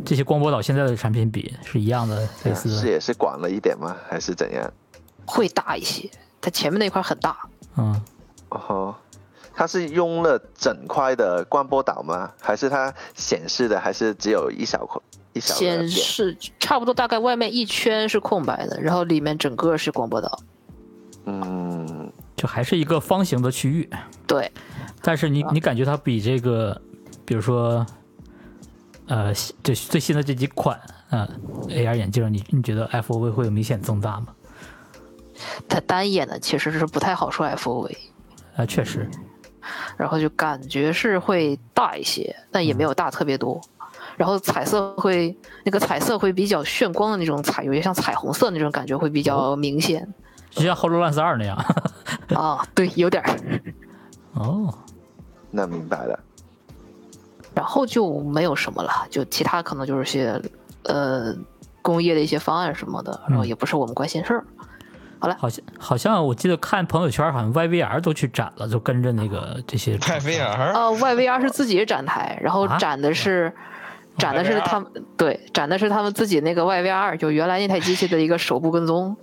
这些光波导现在的产品比是一样的类似
视
的。
野是广了一点吗？还是怎样？
会大一些，它前面那块很大，
嗯，
哦吼，它是用了整块的光波导吗？还是它显示的还是只有一小块一小的
显
点？
示差不多大概外面一圈是空白的，然后里面整个是光波导。
嗯，
就还是一个方形的区域，
对，
但是你你感觉它比这个，比如说，呃，这最新的这几款呃 AR 眼镜，你你觉得 FOV 会有明显增大吗？
它单眼呢其实是不太好说 FOV，
啊、确实，
然后就感觉是会大一些，但也没有大特别多。然后彩色会那个彩色会比较炫光的那种彩，有点像彩虹色那种感觉会比较明显、
就像 HoloLens 二那样。
啊，对，有点儿。
哦，
那明白了。
然后就没有什么了，就其他可能就是些呃工业的一些方案什么的，然后也不是我们关心事儿。
好像好像我记得看朋友圈，好像 YVR 都去展了，就跟着那个这些
派
哦
VR
啊、y v r 是自己的展台，然后
啊
展的是、展的是
YVR
他们对展的是他们自己那个 YVR 二，就原来那台机器的一个手部跟踪。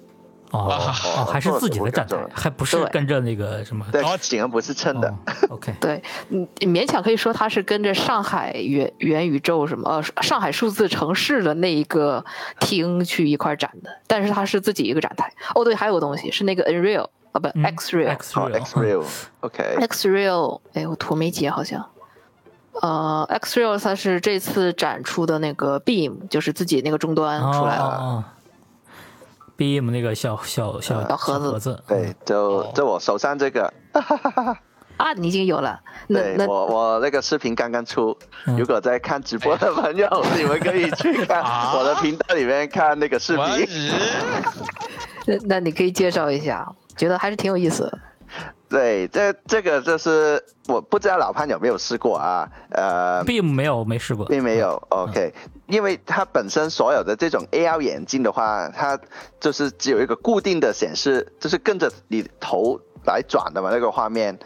哦
啊
哦，还是自己的展台
哦，
还不是
对
跟着那个什么。
对
然后，
显然不是称的
哦。OK，
对，嗯，勉强可以说它是跟着上海元元宇宙什么呃上海数字城市的那一个厅去一块儿展的，但是它是自己一个展台。哦，对，还有个东西是那个 Nreal 啊，不、
嗯
Xreal。
X
哦
Real
，X-Real，OK，
Xreal，哎，我图没截好像。呃，Xreal 它是这次展出的那个 Beam，就是自己那个终端出来了。
哦 Beam 那个小小小
小盒子
小盒子，
对，就就我手上这个，
啊，你已经有了，那
对
那
我我那个视频刚刚出，
嗯
如果在看直播的朋友，你们可以去看
啊
我的频道里面看那个视
我
频。
日，
那那你可以介绍一下，觉得还是挺有意思的。
对，这这个就是我不知道老潘有没有试过啊，呃，
，Beam 没有没试过，
并没有，OK，因为它本身所有的这种 AR 眼镜的话，它就是只有一个固定的显示，就是跟着你头来转的嘛那个画面。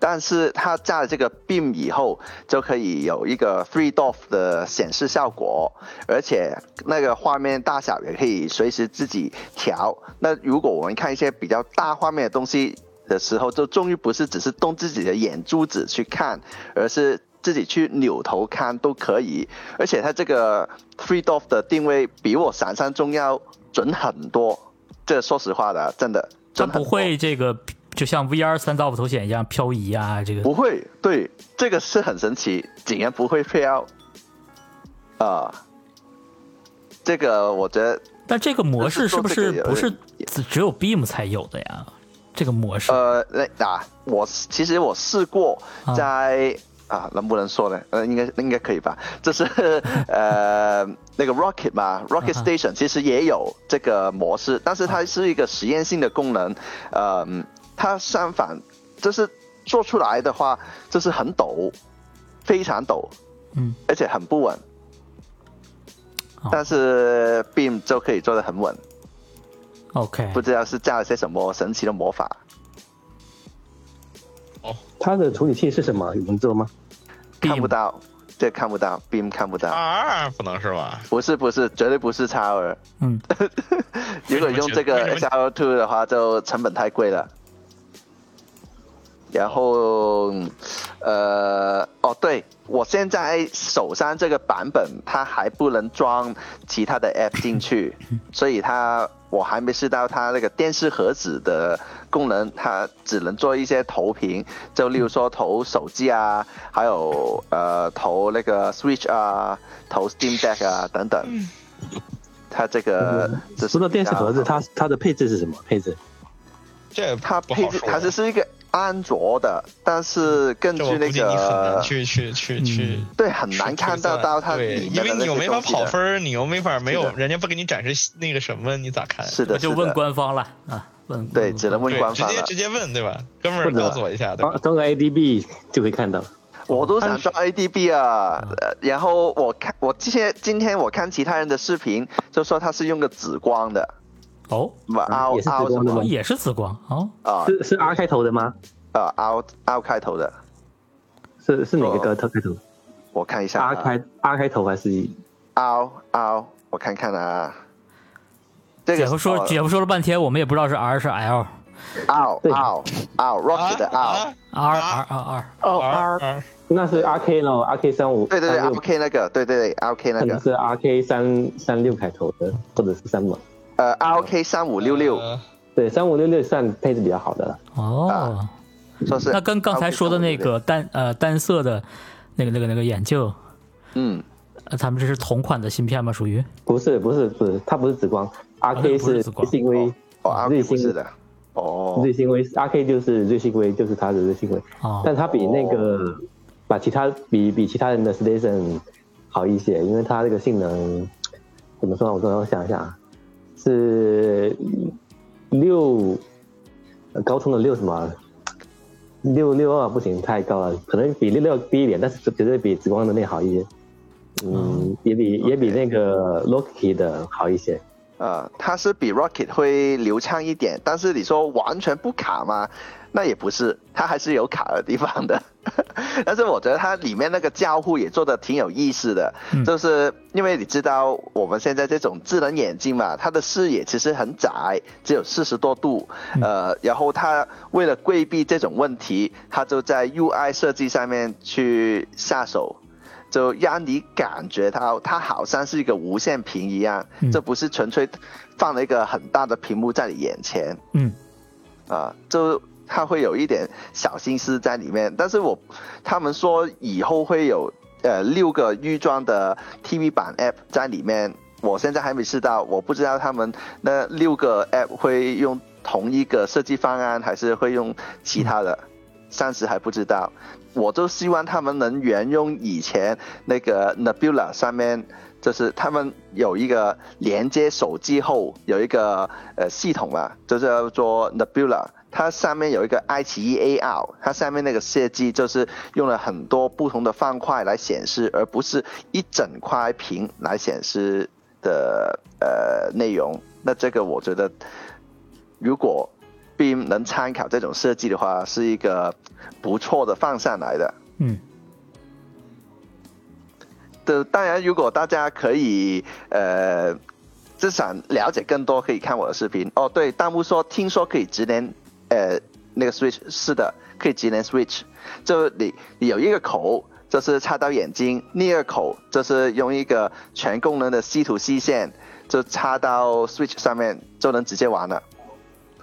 但是它加了这个 Beam 以后，就可以有一个 three dot 的显示效果，而且那个画面大小也可以随时自己调。那如果我们看一些比较大画面的东西的时候，就终于不是只是动自己的眼珠子去看，而是自己去扭头看都可以。而且它这个 Free d o f 的定位比我想象中要准很多，这说实话的，真的
它
准很
不
多。
会这个就像 VR 三 DOF 头显一样漂移啊，这个
不会，对，这个是很神奇，竟然不会飘。啊、这个我觉得，
但这个模式是不是
这个
不是
也
只只有 Beam 才有的呀？这个模式
呃，那那、我其实我试过
啊
在啊能不能说呢？呃，应该应该可以吧？就是呃那个 Rocket 嘛，Rocket
啊哈啊
Station 其实也有这个模式，但是它是一个实验性的功能，呃，嗯它相反就是做出来的话就是很陡，非常陡，
嗯，
而且很不稳
哦。
但是 Beam 就可以做得很稳，
OK，
不知道是加了些什么神奇的魔法。
它的处理器是什么？有人做吗？
看不
Beam
到，这看不到，beam 看不
啊
到，
r 不能是吧？
不是不是，绝对不是叉 R。
嗯，
如果用这个
为什
XR Two 的话，就成本太贵了。然后，呃，哦，对我现在手上这个版本，它还不能装其他的 App 进 去，所以它我还没试到它那个电视盒子的功能，它只能做一些投屏，就例如说投手机啊，还有呃投那个 Switch 啊，投 Steam Deck 啊等等。它这个就是
嗯说到电视盒子，
比较
它它的配置是什么配置？
这
它
不
配
好
置
说，
它只是一个安卓的，但是根
这我
据
估
那
计你很难
个
去去去去。
对很难看到到它
对，
里面
因为
的
你
那
又没
些
法
东西
跑分
的。
儿，你又没法没
是
有，
的
人家不给你展示那个什么，你咋看？
是的，
就是问
的
官方了啊，问
对，只能问
嗯对，
官
直
方
接
了。
直接问对吧？哥们
或
儿
者
告诉我一下对吧
装？装个 ADB 就可以看到。
我都想装 ADB 啊。呃然后我看我之前今天我看其他人的视频，就说他是用个紫光的，
哦，
什么
啊
R
也是紫
R 什
光的
哦
么
吗
也是紫光哦，
啊
是是 R 开头的吗？
啊 R R 开头的，
是是哪
哦
个歌头开头
我看一下啊
？R 开 R 开头还是
R R，我看看啊。这
姐
个
夫说姐夫说了半天，我们也不知道是 R 是 L。
R
对
R R Rocket 哦的
啊
R，
R R R R，
哦
R
R
R
那是 R K 咯？R K 三五
对对对
三六
，RK 那个，对对对，RK 那
可能
个，
是 R K 三三六开头的，或者是三五
呃，RK 三五六六，
呃
对三五六六算配置比较好的了。
哦，
说是。
那跟刚才说的那，个单呃单色的那个那个那个眼镜，
嗯，
呃他们这是同款的芯片吗？属于
不是不是不是，它不是紫光，R
那个
K
不是
是
紫光
瑞幸微，
哦，RK
瑞
不是
幸
的，哦，
瑞幸微，R K 就是瑞幸微，就是它的瑞幸微，
哦
但它比那个把其他比比其他人的 Station 好一些，因为它这个性能怎么说呢？我刚刚想一下啊，是六呃高通的六什么啊六六二不行，太高了，可能比六六低一点，但是绝对比紫光的那好一些。嗯，也比也比那个 Loki 的好一些。
呃，它是比 Rocket 会流畅一点，但是你说完全不卡吗？那也不是，它还是有卡的地方的。 但是我觉得它里面那个交互也做的挺有意思的，
嗯
就是因为你知道我们现在这种智能眼镜嘛，它的视野其实很窄，只有四十多度，呃，然后它为了规避这种问题，它就在 UI 设计上面去下手。就让你感觉到它好像是一个无线屏一样，
嗯
这不是纯粹放了一个很大的屏幕在你眼前
嗯
啊、就它会有一点小心思在里面。但是我他们说以后会有呃六个预装的 TV 版 App 在里面，我现在还没试到，我不知道他们那六个 App 会用同一个设计方案，还是会用其他的，暂时还不知道。我就希望他们能沿用以前那个 Nebula 上面，就是他们有一个连接手机后有一个呃系统嘛，就是叫做 Nebula。它上面有一个爱奇艺 AR，它上面那个设计就是用了很多不同的方块来显示，而不是一整块屏来显示的呃内容。那这个我觉得，如果 Beam 能参考这种设计的话，是一个不错的放上来的。
嗯
对，当然，如果大家可以呃，就想了解更多，可以看我的视频。哦，对，弹幕说听说可以直连呃那个 Switch，是的，可以直连 Switch。就你你有一个口，就是插到眼睛；另一个口就是用一个全功能的 C to C 线，就插到 Switch 上面，就能直接玩了。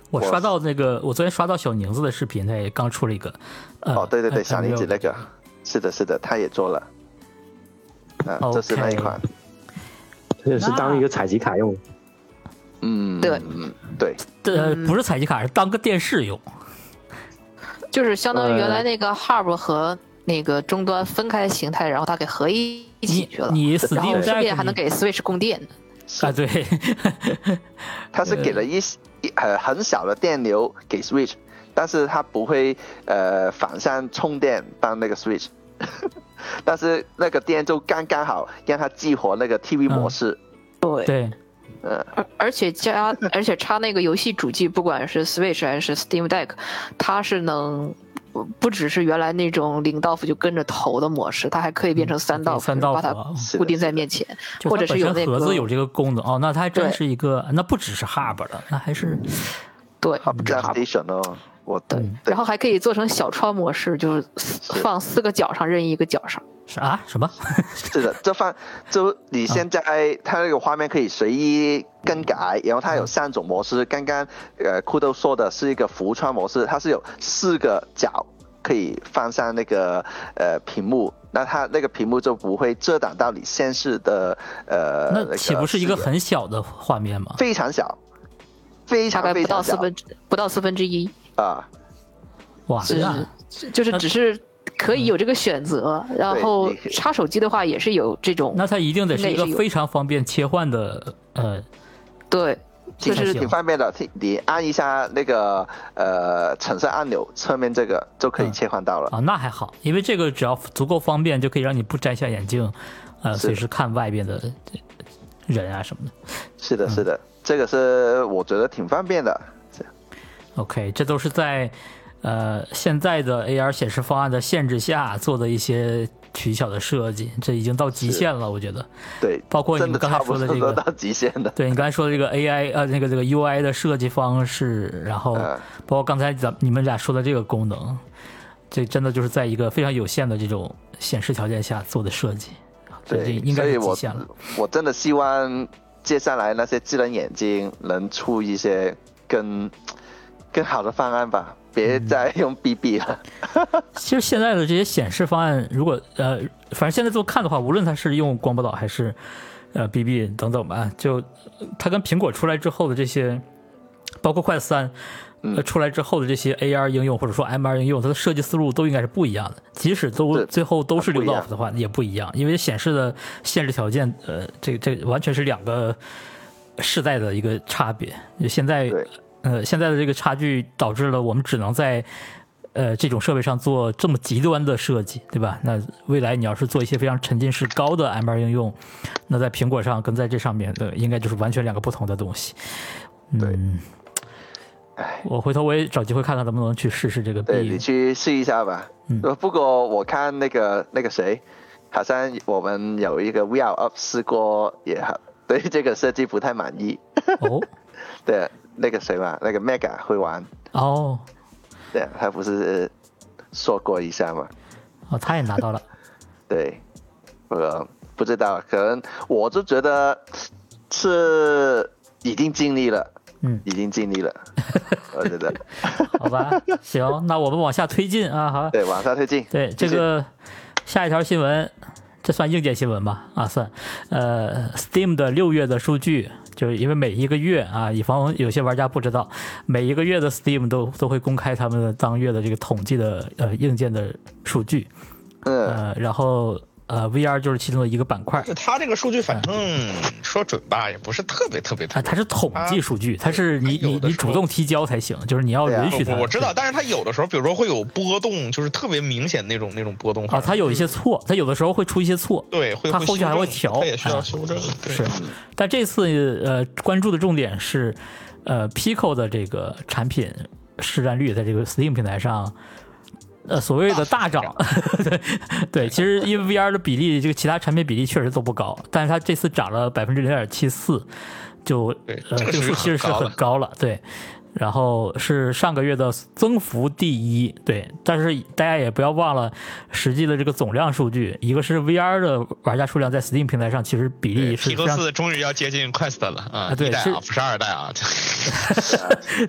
我刷到那个，我昨天刷到小宁子的视频，他也刚出了一个。呃、
哦，对对
他
对，小
他没
林
有
子那个，是的，是的，他也做了。嗯、就是那一
OK
款，
就是当一个采集卡用，
嗯，
对
嗯，对，
呃，
嗯
不是采集卡，是当个电视用。
就是相当于原
呃
来那个 hub 和那个终端分开形态，然后它给合一起
你
去了。
你
然
Steam
后
Deck
顺便还
你
能给 Switch 供电，
啊，对，
它是给了一一呃很小的电流给 Switch，但是它不会呃反向充电帮那个 Switch，但是那个电就刚刚好让它激活那个 TV 模式。
对
对，
而而且加而且插那个游戏主机，不管是 Switch 还是 Steam Deck，它是能不不只是原来那种零道夫就跟着投的模式，它还可以变成三道夫，
嗯三道
把
符
它
啊
嗯是的
固定在面前，
就
或
它
者是有
本
那
身盒子有
个
这个功能哦，那它还真
对
是一个，那不只是 Hub 了，那还是
对。
这样 station 哦，我
嗯对，
嗯
然后还可以做成小窗模式，就是四放四个角上，任意一个角上。
是啊什么？
是的，这放就你现在它那个画面可以随意更改，然后它有三种模式。刚刚呃酷豆说的是一个浮窗模式，它是有四个角可以放上那个呃屏幕，那它那个屏幕就不会遮挡到你现实的呃那
那岂不是一个
视野
很小的画面吗？
非常小，非
大
常
概
非
不到
常
四
小
分之不到四分之一，
啊！
哇，
就是
那
就是
那
只是可以有这个选择。然
嗯对
后
你可以
插手机的话也是有这种，
那它一定得是一个
那是有
非常方便切换的呃
对
其
还
实
行
挺方便的，挺你按一下那个呃橙色按钮侧面这个就可以
嗯
切换到了。
啊，那还好，因为这个只要足够方便，就可以让你不摘下眼镜，呃，
是
随时看外边的人啊什么的。
是的，是的，这个是我觉得挺方便的。这
OK，这都是在呃现在的 AR 显示方案的限制下做的一些取巧的设计，这已经到极限了，我觉得。
对，
包括你
真
们
的
刚才
差不
说的
多
这个
到极限的。
对你刚才说的这个 AI 呃，那个这个 UI 的设计方式，然后
嗯
包括刚才咱你们俩说的这个功能，这真的就是在一个非常有限的这种显示条件下做的设计，啊这这
对，
应该
所以
是
我
极限了。
我真的希望接下来那些智能眼镜能出一些更更好的方案吧，别再用 BB 了。
嗯其实现在的这些显示方案，如果呃，反正现在做看的话，无论它是用光波导还是呃 BB 等等吧，就呃它跟苹果出来之后的这些，包括快三。呃，
嗯
出来之后的这些 AR 应用或者说 MR 应用，它的设计思路都应该是不一样的。即使都
是
最后都是
它不一
Live
样
Off 的话，也不一样，因为显示的限制条件，呃，这这完全是两个世代的一个差别。现在
对
呃，现在的这个差距导致了我们只能在呃这种设备上做这么极端的设计，对吧？那未来你要是做一些非常沉浸式高的 MR 应用，那在苹果上跟在这上面的应该就是完全两个不同的东西。
对
嗯，我回头我也找机会看看能不能去试试这个
对
B
你。去试一下吧。
嗯
呃不过我看那个那个谁，好像我们有一个 VR Up 试过，也好对这个设计不太满意。
哦
对，那个谁嘛，那个 Mega 会玩，
哦
对啊他不是说过一下嘛？
哦，他也拿到了。
对，呃，不知道，可能我就觉得是已经尽力了，
嗯，
已经尽力 了，我觉得。
好吧，行，那我们往下推进啊，好，
对，往上推进。
对，这
谢谢
个下一条新闻，这算硬件新闻吧？啊，算。呃，Steam 的六月的数据，就是因为每一个月啊，以防有些玩家不知道，每一个月的 Steam 都都会公开他们的当月的这个统计的呃硬件的数据，
嗯，
呃，然后呃 VR 就是其中的一个板块。
就他这个数据，反正说准吧，也不是特别特别
啊，
特别
它是统计数据，它是你
它有
你
的
你
时候
主动提交才行，就是你要
对啊
允许它。
我我知道，但是它有的时候，比如说会有波动，就是特别明显那种那种波动
啊，它有一些错，它有的时候会出一些错。
对，会
它
会
后续还会
修正
调
它也需
啊
要修正。对
是，但这次呃关注的重点是，呃 Pico 的这个产品市占率在这个 Steam 平台上，呃所谓的大涨， 对对，其实因为 VR 的比例，这个其他产品比例确实都不高，但是它这次涨了百分之零点七四，就
对
呃这
这
个
个
数
是
其实是
很高
很
了
高了，对。然后是上个月的增幅第一，对，但是大家也不要忘了实际的这个总量数据，一个是 VR 的玩家数量在 Steam 平台上其实比例，E，是
皮
非
克
常
斯终于要接近 Quest 了啊
啊，对
一代
是
啊，不是二代 啊，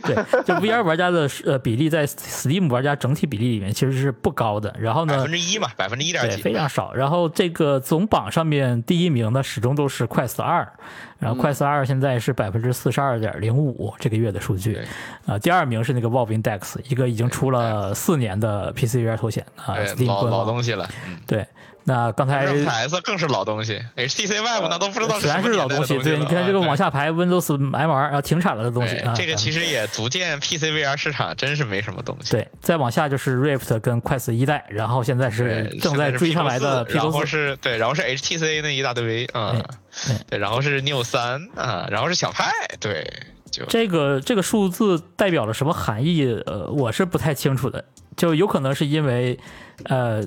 对， 就 VR 玩家的呃比例在 Steam 玩家整体比例里面其实是不高的，然后
百
呢
分，之一嘛，百分之一点
对
几，
非常少。然后这个总榜上面第一名呢，始终都是 Quest 二，然后
嗯
Quest 二现在是百分之四十二点零五这个月的数据
对，
啊，第二名是那个 Valve Index，一个已经出了四年的 PC VR 头显啊
哎
，Steam
老
官
老
网
东西了。嗯
对。那刚才
PS 更是老东西，HTC 哎 Vive 那都不知道
显然
什
是
么
老
年代
东
的
西，
西
对，
了
你看
啊
这个
对
往下排，Windows MR 啊停产了的东西
对
啊，
这个
嗯
其实也足见 PC VR 市场真是没什么东西。
对，再往下就是 Rift 跟 Quest 一代，然后现在是
对，
正在追上来的 P
然后
o 四，
哎是对，然后是 HTC 那一大堆啊
哎哎，
对，然后是 Neo 三啊，然后是小派，对，就
这个这个数字代表了什么含义？呃，我是不太清楚的，就有可能是因为，呃，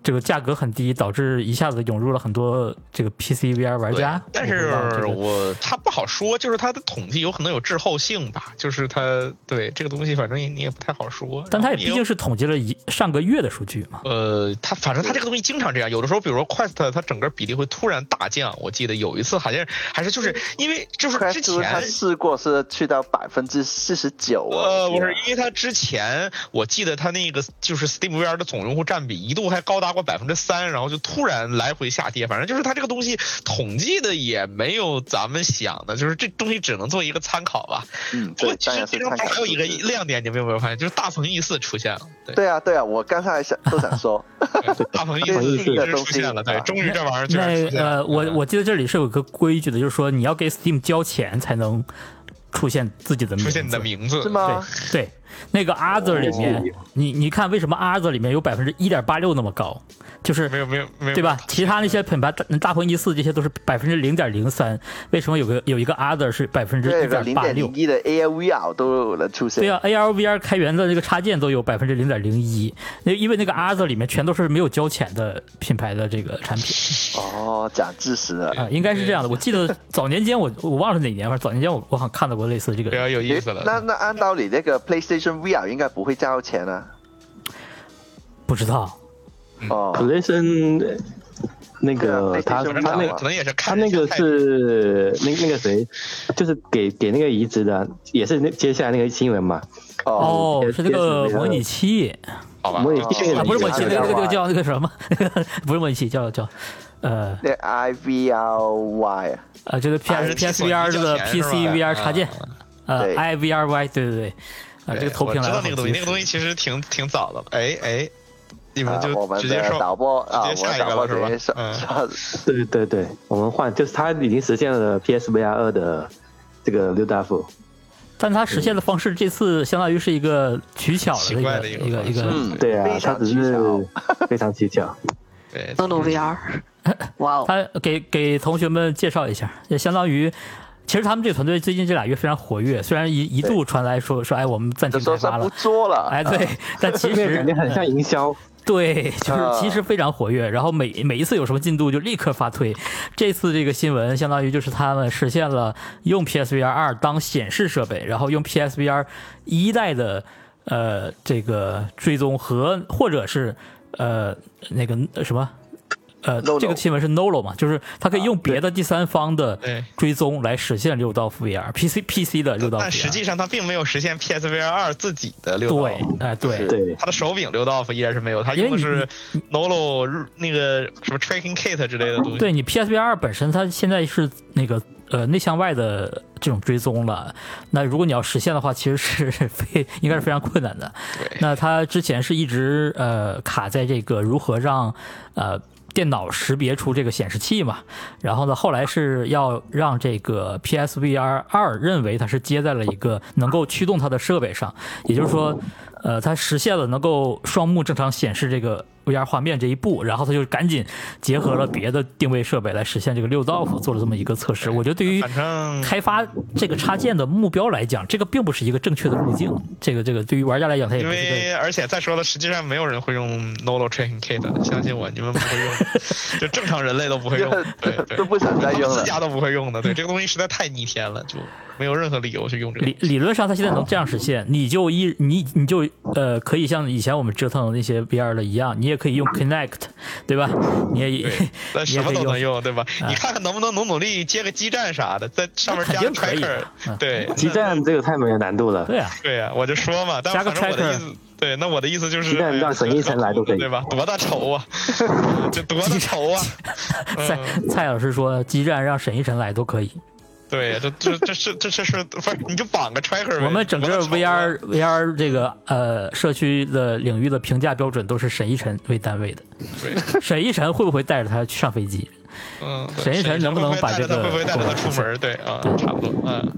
这个价格很低，导致一下子涌入了很多这个 PC VR 玩
对
家。
但
我不知道
是
这个
我他不好说，就是他的统计有可能有滞后性吧，就是他对这个东西，反正你也不太好说。
但它也
然后
毕
有
竟是统计了一上个月的数据嘛。
呃，它反正它这个东西经常这样，有的时候，比如说 Quest，它整个比例会突然大降。我记得有一次好像还是就是因为就是
快
之
速他
前
试过是去到百分之四十九啊
呃，我是因为它之前我记得它那个就是 Steam VR 的总用户占比一度还高达过百分之三，然后就突然来回下跌。反正就是它这个东西统计的也没有咱们想的，就是这东西只能做一个参考吧。
嗯，
不过
对，
其
当然
实
是
这张
参
牌
考
还有一个
数字
亮点，你们有没有发现？就是大鹏易四出现了， 对，
对啊，对啊，我刚才想都想 说，
对大鹏易
大鹏
四
易
终
四
于
的
是
东
出
西
现了，对
啊，
终于这玩意儿居然出
那
现了。
呃，我
嗯
我记得这里是有个规矩的，就是说你要给 Steam 交钱才能出现自己的名字，
出现你的名字
是？吗？
对对，那个 other 里面，
哦
你你看为什么 other 里面有百分之一点八六那么高，就是
没有没有没有，
对吧？其他那些品牌大大鹏一四这些都是百分之零点零三，为什么有个有一个 other 是百分之
这
一
个
点
零
八
点
六
零？一的 ALVR 都能出现。
对啊，ARVR 开源的这个插件都有百分之零点零一，那因为那个 other 里面全都是没有交钱的品牌的这个产品。
哦，长知识了。
啊，应该是这样的。我记得早年间我我忘了是哪年，反正早年间我我好像看到过类似这个。
比较有意思
那
了。
那按道理，那个 PlayStation VR 应该不会交钱啊。
不知道，
嗯
哦，
PlayStation 那个
对啊
他
可
那
能
他
可
那
能
个
可能也是
他
看
那
人
个
太
是那那个谁，就是给给那个移植的，也是那接下来那个新闻嘛。
哦，
哦，是那个模拟器
好吧？
模拟
就
器
啊，不是模拟器，那
这个
个那个那
叫
个叫那个什么，不是模拟器，叫叫呃
那 IVRY 啊
呃，就是 P
啊
S
是
P
技
S
术
V R
技
这
术
个
前
P
是吧嗯
C V R 插件，呃
对
I V R Y，对对对，啊，这个投屏来
我知道
了
那个东西，那个东西其实挺挺早的了。哎哎，你们
啊我
就
们
直接
的
说
导播啊，我
直接下
们
一个
导播
了
直接
是
上
吧？嗯，
上
对对对，我们换就是他已经实现了 PSVR 二的这个六大幅。
但它实现的方式这次相当于是一个取巧
奇
的一
怪
个
的
一
一个
个一个
方式
对啊
嗯非，
他
常
只
技
是
巧。
非常蹊跷。
对，
登录 VR，哇 哦！
他给给同学们介绍一下，也相当于，其实他们这个团队最近这俩月非常活跃，虽然一一度传来说说，哎，我们暂
就
停
说
开
是啊
发
不
了，
做了，
哎，对， 但 其
那个感觉
实
很像营销，
对，就是
啊
其实非常活跃，然后每每一次有什么进度就立刻发推。这次这个新闻相当于就是他们实现了用 PSVR 二当显示设备，然后用 PSVR 一代的呃这个追踪和或者是呃那个呃什么。呃，
Nolo 啊
这个新闻是 Nolo 嘛，就是它可以用别的第三方的
对
追踪来实现六道 VR，PC PC 的六道 VR。
但实际上它并没有实现 PSVR 二自己的六道
对，哎、对，
对，
它的手柄六道夫依然是没有，它
因为
用的
你
是 Nolo 入那个什么 Tracking Kit 之类的东西。
对你 PSVR 二本身它现在是那个呃内向外的这种追踪了，那如果你要实现的话，其实是 非应该是非常困难的。
对
那它之前是一直呃卡在这个如何让呃。电脑识别出这个显示器嘛，然后呢，后来是要让这个 PSVR 二认为它是接在了一个能够驱动它的设备上，也就是说，呃，它实现了能够双目正常显示这个 VR 画面这一步，然后它就赶紧结合了别的定位设备来实现这个六道夫做了这么一个测试。我觉得对于
反正
开发这个插件的目标来讲，这个并不是一个正确的路径。这个这个对于玩家来讲，它也
因
不是一个
为而且再说了，实际上没有人会用 Nolo Tracking Kit，的相信我，你们不会 用，就正常人类都不会用，对对，
都不想再用
他们
了
自。家都不会用的。对，这个东西实在太逆天了，就没有任何理由去用这个
理。理论上，它现在能这样实
哦
现，你就一你你就呃，可以像以前我们折腾的那些 VR 的一样，你也可以用 Connect，对吧？你也
嗯对，那
你
什
也
么
可以
都能
用，
用，对吧？你看看能不能努努力接个基站啥的，在上面
肯
加
定
个
可以
tracker，
的。嗯，
对，那
基站这个太没有难度了。
对啊，
对呀、我就说嘛，但
加个
反正我的
tracker
意思，对，那我的意思就是，
鸡蛋
哎呀
让沈一晨来都可以
对吧？多大仇 啊，这多大仇啊！
蔡
嗯，
蔡老师说，基站让沈一晨来都可以。
对，这这这是这这是不是？你就绑个 tracker 呗。
我们整
多
个
大仇啊
VR VR 这个呃社区的领域的评价标准都是沈一晨为单 位的。
对，
沈一晨会不会带着他去上飞机？
嗯，对
沈一晨能不能
会
把
带
这
着他
个
会不会带着他出
做
门？对啊，差不多，嗯，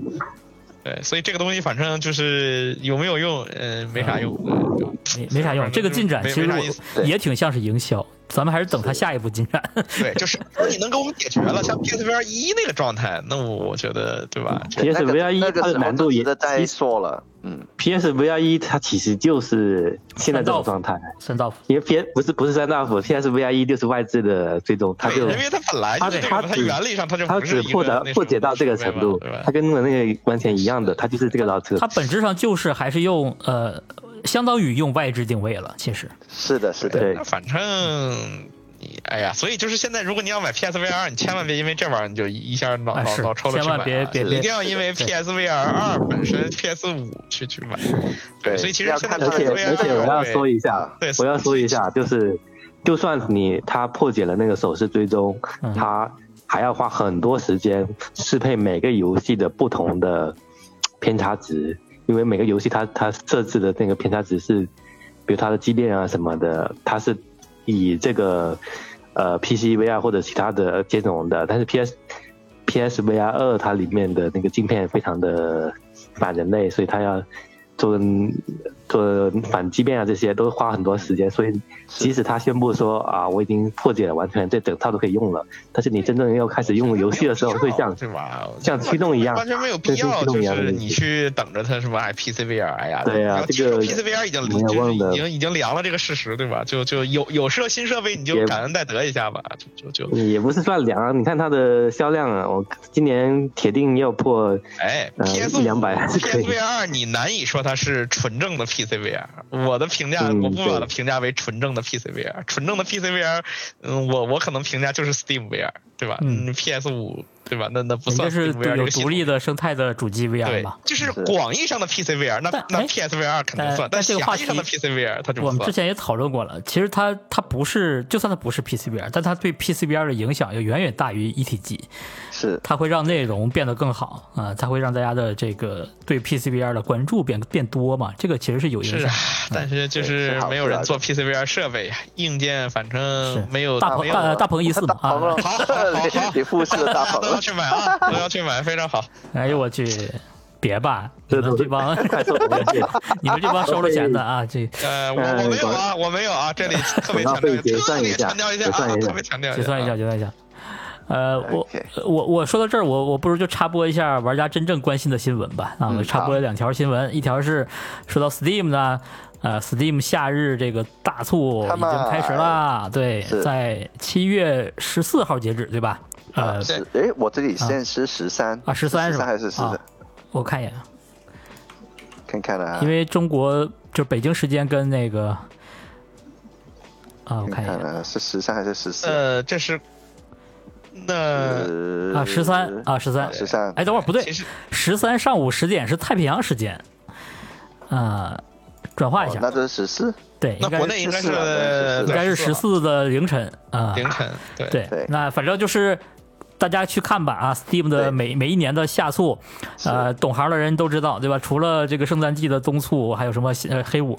对，所以这个东西反正就是有没有用，嗯，没啥用，嗯
没没啥用。这个进展
没
其实
没啥意思
我也挺像是营销，咱们还是等他下一步进展。
对，就是如果你能给我们解决了，像 PSVR 一那个状态，那我我觉得对吧？这
那个
PSVR 一
那
它
个
的
时候
难度也
值得再说了，嗯，
PSVR 一它其实就是现在这种状态，
三道夫，
因为 P 不是不是三大幅，PSVR 一就是 E 外置的追踪，它
对，
就
因为它本来就是这
它
个，它
只
原理上它就
它
不是
只
一个
破达
那什么
破解到这个
设备嘛
程度
对吧，
它？跟那个完全一样的，它就是这个老车
他。本质上就是还是用呃，相当于用外置定位了。其实
是的，是的，
对
那，反正你哎呀，所以就是现在，如果你要买 PSVR，你千万别因为这玩意儿你就一下脑
啊
脑
是
脑抽了去
千
买
万
啊，
别别
是
别
一定要因为
对
PSVR 二本身 PS 五去去买。对，
对
所以其实
要
现在
看
而且
PSVR
而且我要说一下
对，
我要说一下，就是就算你它破解了那个手势追踪
嗯，
它还要花很多时间适配每个游戏的不同的偏差值，因为每个游戏它它设置的那个偏差值是，比如它的机电啊什么的，它是以这个呃 PC VR 或者其他的接种的，但是 PS。PSVR 二它里面的那个镜片非常的反人类，所以他要做做反畸变啊，这些都花很多时间。所以即使他宣布说啊，我已经破解了完全这整套都可以用了，但是你真正要开始用游戏的时候，会像
对吧？
像驱动一样
完全没有必
对
要，
像驱动
就
一样
是
的
你去等着它什么哎 PCVR 哎呀，
对呀
然后
这个
听说 PCVR 已经
我们也忘
就是
了
已经已经凉了这个事实，对吧？就就有有设新设备，你就
也
感恩戴德一下吧，就就就
也不是算凉，你看它的销量啊，我今年铁定要破
哎
呃
，PS
100还是可以
PSVR 你难以说它是纯正的 PCVR，我的评价
嗯
我不把它
对
评价为纯正的 PCVR，纯正的 PCVR，嗯，我我可能评价就是 SteamVR，对吧？
嗯
，PS 五对吧？那那不
人
算
家是
SteamVR 这
有
个系
独
统
立的生态的主机 VR
对
吧？，
这是
是
广义上的 PCVR，那
但
那
哎
PSVR 肯定
但
算，
但这个话
狭义上的
题
PCVR 它就
我
不
们之
算。
前也讨论过了，其实它它不是，就算它不是 PCBR，但它对 PCBR 的影响要远远大于一体机，
是
它会让内容变得更好啊、它会让大家的这个对 PCBR 的关注变变多嘛，这个其实是嗯有影
是
响
啊。，但是就
对
是
是好
没有
事
人
啊
做 PCVR 设备呀，硬件反
是
正嗯没有
大
没
鹏
有
大大鹏一四嘛
好
啊
了，，
好好好好
你复试了大鹏
都要
了，
去买啊，都要去买，非常好。
哎呦我去，别吧，你
这
们
都是
这帮
快速的界，
你们这帮收了钱的啊，这
呃，
哎
我我没有啊，我没有啊， 这里特别
广告
强调，
费结
特
算
别
一下
强调一下
结算
啊，
一下
特别强调
结算一下，
啊。
结算一下。呃，我
OK
我我说到这儿，我我不如就插播一下玩家真正关心的新闻吧。啊，
嗯
我插播了两条新闻，一条是说到 Steam 呢，呃，Steam 夏日这个大促已
他们
经开始啦，对，
是
在七月十四号截止，对吧？呃，
这
哎，我这里限时十三
啊13是吧
还是十
啊
三？
我看一眼，啊
看看啊，
因为中国就北京时间跟那个，啊，我看
看
一
看
眼
啊，是十三还是十四？
呃，这是那
呃
啊，十三啊，十三，
十三，
哎，等会儿不对
其，实
十三上午十点是太平洋时间，啊、转化一
哦
下，
那就是十四，
对，
那
应
国
该
内
是
应该
14了
是
应
应该是
14
十
了
四的凌晨啊、
凌晨，对
对
对
那反正就是大家去看吧啊，Steam 的
对
每每一年的夏促，呃，懂行的人都知道对吧？除了这个圣诞季的冬促，还有什么呃黑五，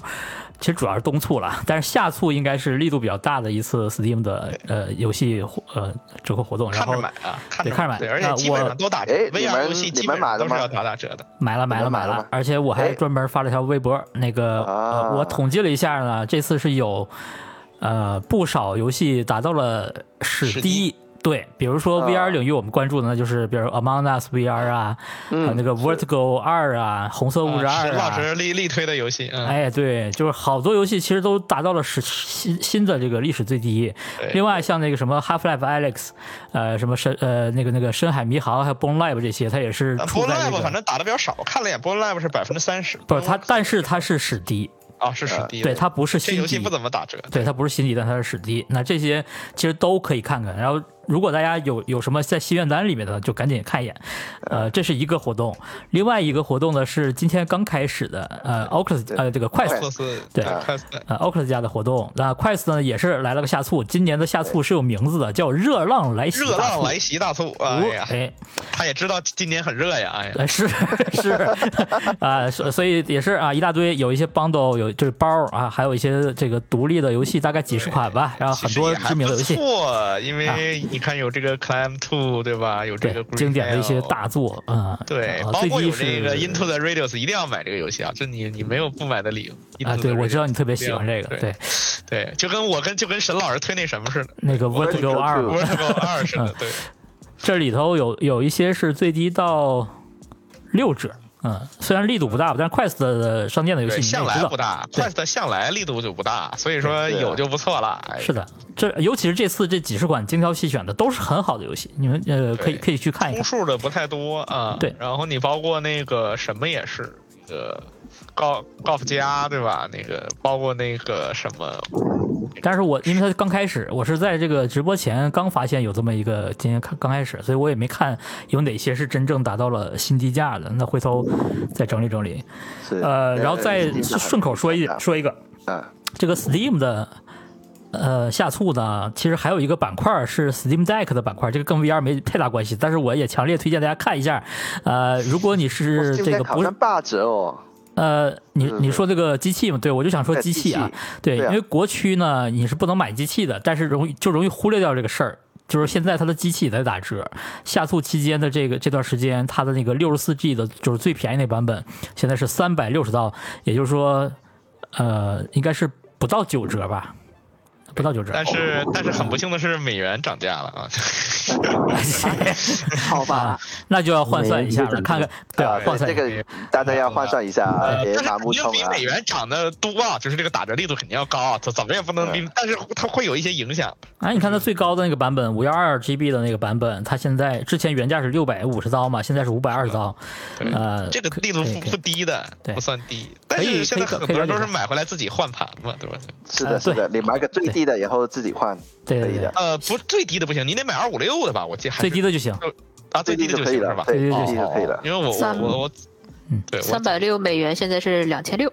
其实主要是冬促了，但是夏促应该是力度比较大的一次 Steam 的呃游戏活呃折扣活动，然
看着
后
买啊，看
对看着买
对，而且
那
基本
我
上都打折
哎你
，VR
们
游戏基
你
本
们
上
买了
都是
吗
要打打折的。
买了，买了，
你们
买
买了
了
吗，
而且我还
哎
专门发了条微博，那个、
啊
呃、我统计了一下呢，这次是有呃不少游戏达到了史
史
第一。对，比如说
啊
VR 领域，我们关注的呢，就是比如 Among Us VR 啊，还有那个 Vertigo 二啊，红色物质
嗯啊
二
石老
啊，
师力力推的游戏，嗯，
哎，对，就是好多游戏其实都达到了史新新的这个历史最低
对。
另外，像那个什么 Half Life Alex，呃，什么深呃那个那个深海迷航，还有 Bone Lab 这些，它也是
呃
处
Bone
在这
Lab 反
个
正打的比较少，看了一眼 Bone Lab 是百分之三十，
不是它，但是它是史低，
啊
呃
是史低的，
对，它不是
这
新
游戏
低，
不怎么打折，
对，它不是新低，但它是史低。那这些其实都可以看看。然后，如果大家有有什么在心愿单里面的，就赶紧看一眼。呃，这是一个活动，另外一个活动呢是今天刚开始的，呃，Oculus 呃这个 Quest
测试
对
快速
呃 Oculus 家的活动。那 Quest 呢也是来了个夏促，今年的夏促是有名字的，叫热浪来袭大促。
热浪来袭大促，
哦。
哎呀，
哎，
他也知道今年很热呀，哎呀，
呃，是是，啊、所所以也是啊，一大堆有一些 bundle，有就是包儿啊，还有一些这个独立的游戏，大概几十款吧，然后啊很多知名的游戏
其
啊
实也还，不错，因为你看有这个 Climb Two 对吧？有这
对
个 Green
经典的一些
Hell
大作，嗯，
对，
啊
包
最
括
低
有
是
这个 Into the Radius 一定要买这个游戏啊，这你你没有不买的理由
啊，对，我知道你特别喜欢这个，
对
对，
对，就跟我跟就跟沈老师推那什么似的，
那个 Vertigo 二嗯嘛，
我是个二似的，对。
这里头有有一些是最低到六折，嗯，虽然力度不大吧，但是 Quest 的商店的游戏
对，
你
向
也
来
知道
不，大
对
，Quest 向来力度就不大，所以说
对啊
有就不错了。哎
是的，这尤其是这次这几十款精挑细选的都是很好的游戏，你们呃可以
对
可以去看一
充
看，
数的不太多啊。
对
然后你包括那个什么也是，呃，高高尔加对吧？那个包括那个什么，
但是我因为它刚开始，我是在这个直播前刚发现有这么一个，今天看刚开始，所以我也没看有哪些是真正达到了新低价的。那回头再整理整 理。
是
呃，然后再顺口说一说一个，
啊，
这个 Steam 的呃下促呢，其实还有一个板块是 Steam Deck 的板块，这个跟 VR 没太大关系，但是我也强烈推荐大家看一下。呃，如果你是这个
好
不是
像八折哦，
呃，你
对
你说这个机器嘛？对，我就想说
对
机器啊
机器，
对，
对啊
因为国区呢你是不能买机器的，但是容易就容易忽略掉这个事儿。就是现在它的机器也在打折，下促期间的这个这段时间，它的那个六十四 G 的，就是最便宜那版本，现在是三百六十刀，也就是说，呃，应该是不到九折吧，不到九折。
但是但是很不幸的是，美元涨价了 啊。
好吧，
那就要换算一下了，看看对
啊
吧？换算
这
一下
个大家要换算一下啊，
呃
别
但
盲
是肯
目
定
冲
比
啊
美。元涨得多啊，就是这个打折力度肯定要高啊，它怎么也不能比，但是它会有一些影响。
哎，你看它最高的那个版本，五幺二 GB 的那个版本，它现在之前原价是六百五十刀嘛，现在是五百二十刀，
对
呃，
这个力度
可以
不
可以
不低的，
对
不算低。但
可以
是现在
可以
很
可以
多
了
人
解
都是买回来自己换盘嘛，对吧？
是
呃
的，是的，你买个最低的，然后自己换，
对对
可以
对
的，
呃，不，最低的不行，你得买二五六的吧？我记得还是
最低的就行，
啊，最低的
就
就
可以
行
了
是吧，？
对，
对
最
对
低就可以了。
因为我我
三
我我
嗯，
对，我
三百六美元现在是两千六，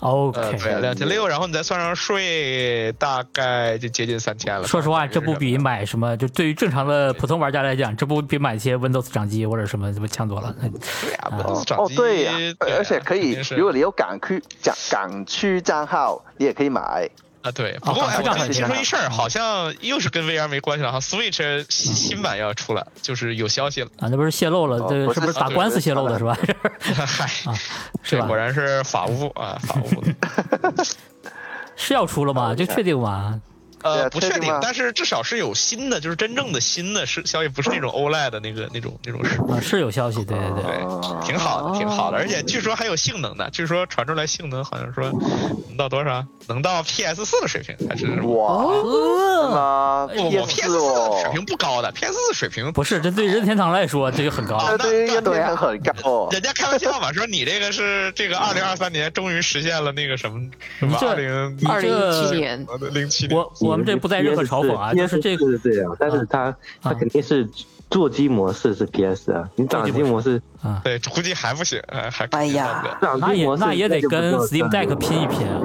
呃
OK，、
对两千六，然后你再算上税，大概就接近三千了。
说实话，
就
这
是
不比买什么，就对于正常的普通玩家来讲，这不比买一些 Windows 掌机或者什么什么强多了。
对呀，
哦
不都是掌
哦，
机
对呀、
啊
而且可
肯
以
定，是
如果你有港区港港区账号，你也可以买。
啊，对。不过
港
哎，
区
我
账
最
号
近
也
听
是
说一事儿，好像又是跟 VR 没关系了哈，Switch 新新版要出来，就是有消息 了。
啊，那不是泄露了，
哦
这个
不
是不
是
是打
啊对
官司泄露的是吧？
嗨，
啊是
这
吧
果？然是法务 啊，法务的。
是要出了吗？
我
这
看
确定吗？
对
呃，
啊
不
确
确
定
定
吗，
但是至少是有新的，就是真正的新的是消息，不是那种 OLED 的那个那种那种是。
啊，是有消息，对 对对。
哦
对，挺好
哦
的，挺好的，而且据说还有性能的，据说传出来性能好像说能到多少，能到 PS 四的水平，还是
哇，
呃
那
不
PS
不 PS
4
四水
哦，
平不高的，PS 四水平
不是，这对任天堂来说，这个很高。
这对于任天堂很高哦。
人家开玩笑嘛，说你这个是这个二零二三年终于实现了那个什么什么
这
二零
你
二零一
这
七年
零七年，
我我们这不带任何嘲讽啊，
PS4
就是这个啊
是这样，但是它它肯定是座机模式是 PS 啊，你掌机模式，
啊，
对，估计还不行，呃，还
哎呀，
掌
那
机
也
模式
那也得
就不
跟
知道
Steam
在
Deck 拼一拼。啊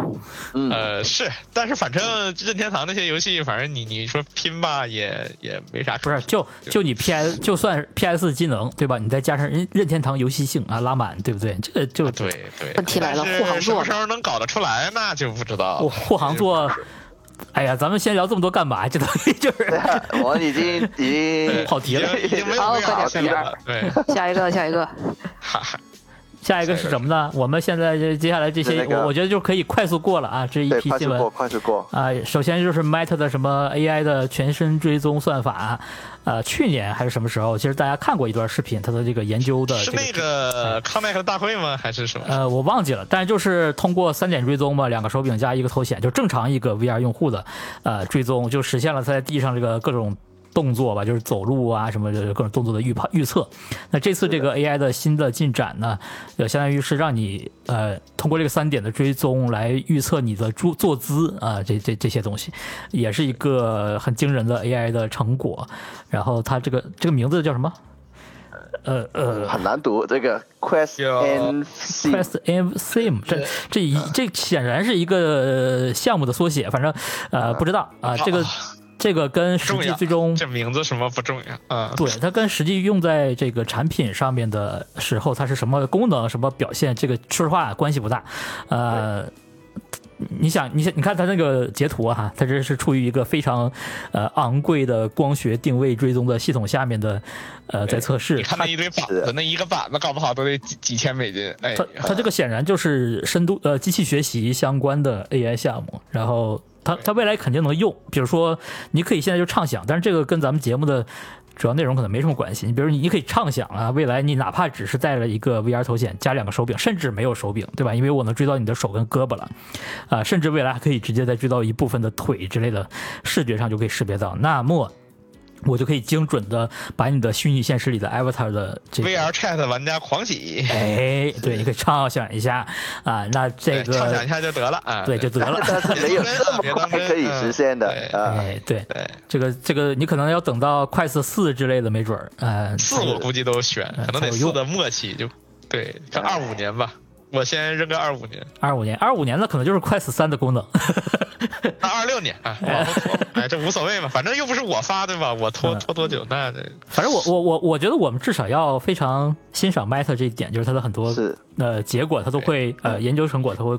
嗯，
呃是，但是反正任天堂那些游戏，反正你你说拼吧，也也没啥
不
可
是，就就你 PS 就算 PS 技能对吧？你再加上任任天堂游戏性啊，拉满对不对？这个就
啊
对对，
问题来了
但
护航
是什
座
么时候能搞得出来，那就不知道
我
了。
护航座，哎呀，咱们先聊这么多干嘛？这东西 就是
我已经已经
对
跑题了
已经已经没有
好
VR
快点
了
快点
啊 对，
下一个，下一个，
哈哈，
下一个是什么呢？我们现在这接下来这些，
是那个
我我觉得就可以快速过了啊，这一
对，
批
快
新
速
闻
过，。快速过。
啊、首先就是 Meta 的什么 AI 的全身追踪算法，呃，去年还是什么时候？其实大家看过一段视频，它的这个研究的
是
这
那个康麦克大会吗？还是什么？
呃，我忘记了，但是就是通过三点追踪嘛，两个手柄加一个头显，就正常一个 VR 用户的呃追踪，就实现了他在地上这个各种动作吧，就是走路啊什么的各种动作的预判预测。那这次这个 AI 的新的进展呢，呃，相当于是让你呃通过这个三点的追踪来预测你的坐坐姿啊、这这这些东西，也是一个很惊人的 AI 的成果。然后它这个这个名字叫什么？呃呃，
很难读这个 Quest
有
N C，
Quest M Sim，这这一
啊
这显然是一个呃项目的缩写，反正呃不知道啊、这个这个跟实
重
际
要
最终
这名字什么不重要啊？
对它跟实际用在这个产品上面的时候，它是什么功能、什么表现，这个说实话关系不大，呃。你想，你想，你看它那个截图啊，它这是处于一个非常，呃，昂贵的光学定位追踪的系统下面的，呃，在测试。
你看那一堆板子，那一个板子搞不好都得几几千美金。哎，
它它这个显然就是深度呃机器学习相关的 AI 项目，然后它它未来肯定能用，比如说你可以现在就畅想，但是这个跟咱们节目的主要内容可能没什么关系。你比如你你可以畅想啊，未来你哪怕只是带了一个 VR 头显加两个手柄，甚至没有手柄，对吧？因为我能追到你的手跟胳膊了，啊、甚至未来还可以直接再追到一部分的腿之类的，视觉上就可以识别到。那么我就可以精准的把你的虚拟现实里的 avatar 的这个
VR Chat 玩家狂喜，
哎，对，你可以畅想一下啊，那这
对畅想
个
一下就得了啊。
对就得了。
但是没有这么快可以实现的
别当
啊。
哎，对，
对，
这个这个你可能要等到快四四之类的，没准儿，呃，
四我估计都选，
嗯
可能得四的末期就对，看二五年吧。我先扔个二五年，
二五年，二五年呢可能就是快四三的功能，
那二六年啊，往后拖吧， 哎，这无所谓嘛，反正又不是我发对吧？我拖拖多久那得
反正我我我我觉得我们至少要非常欣赏 Meta 这一点，就是它的很多
是
呃结果，它都会呃研究成果，它会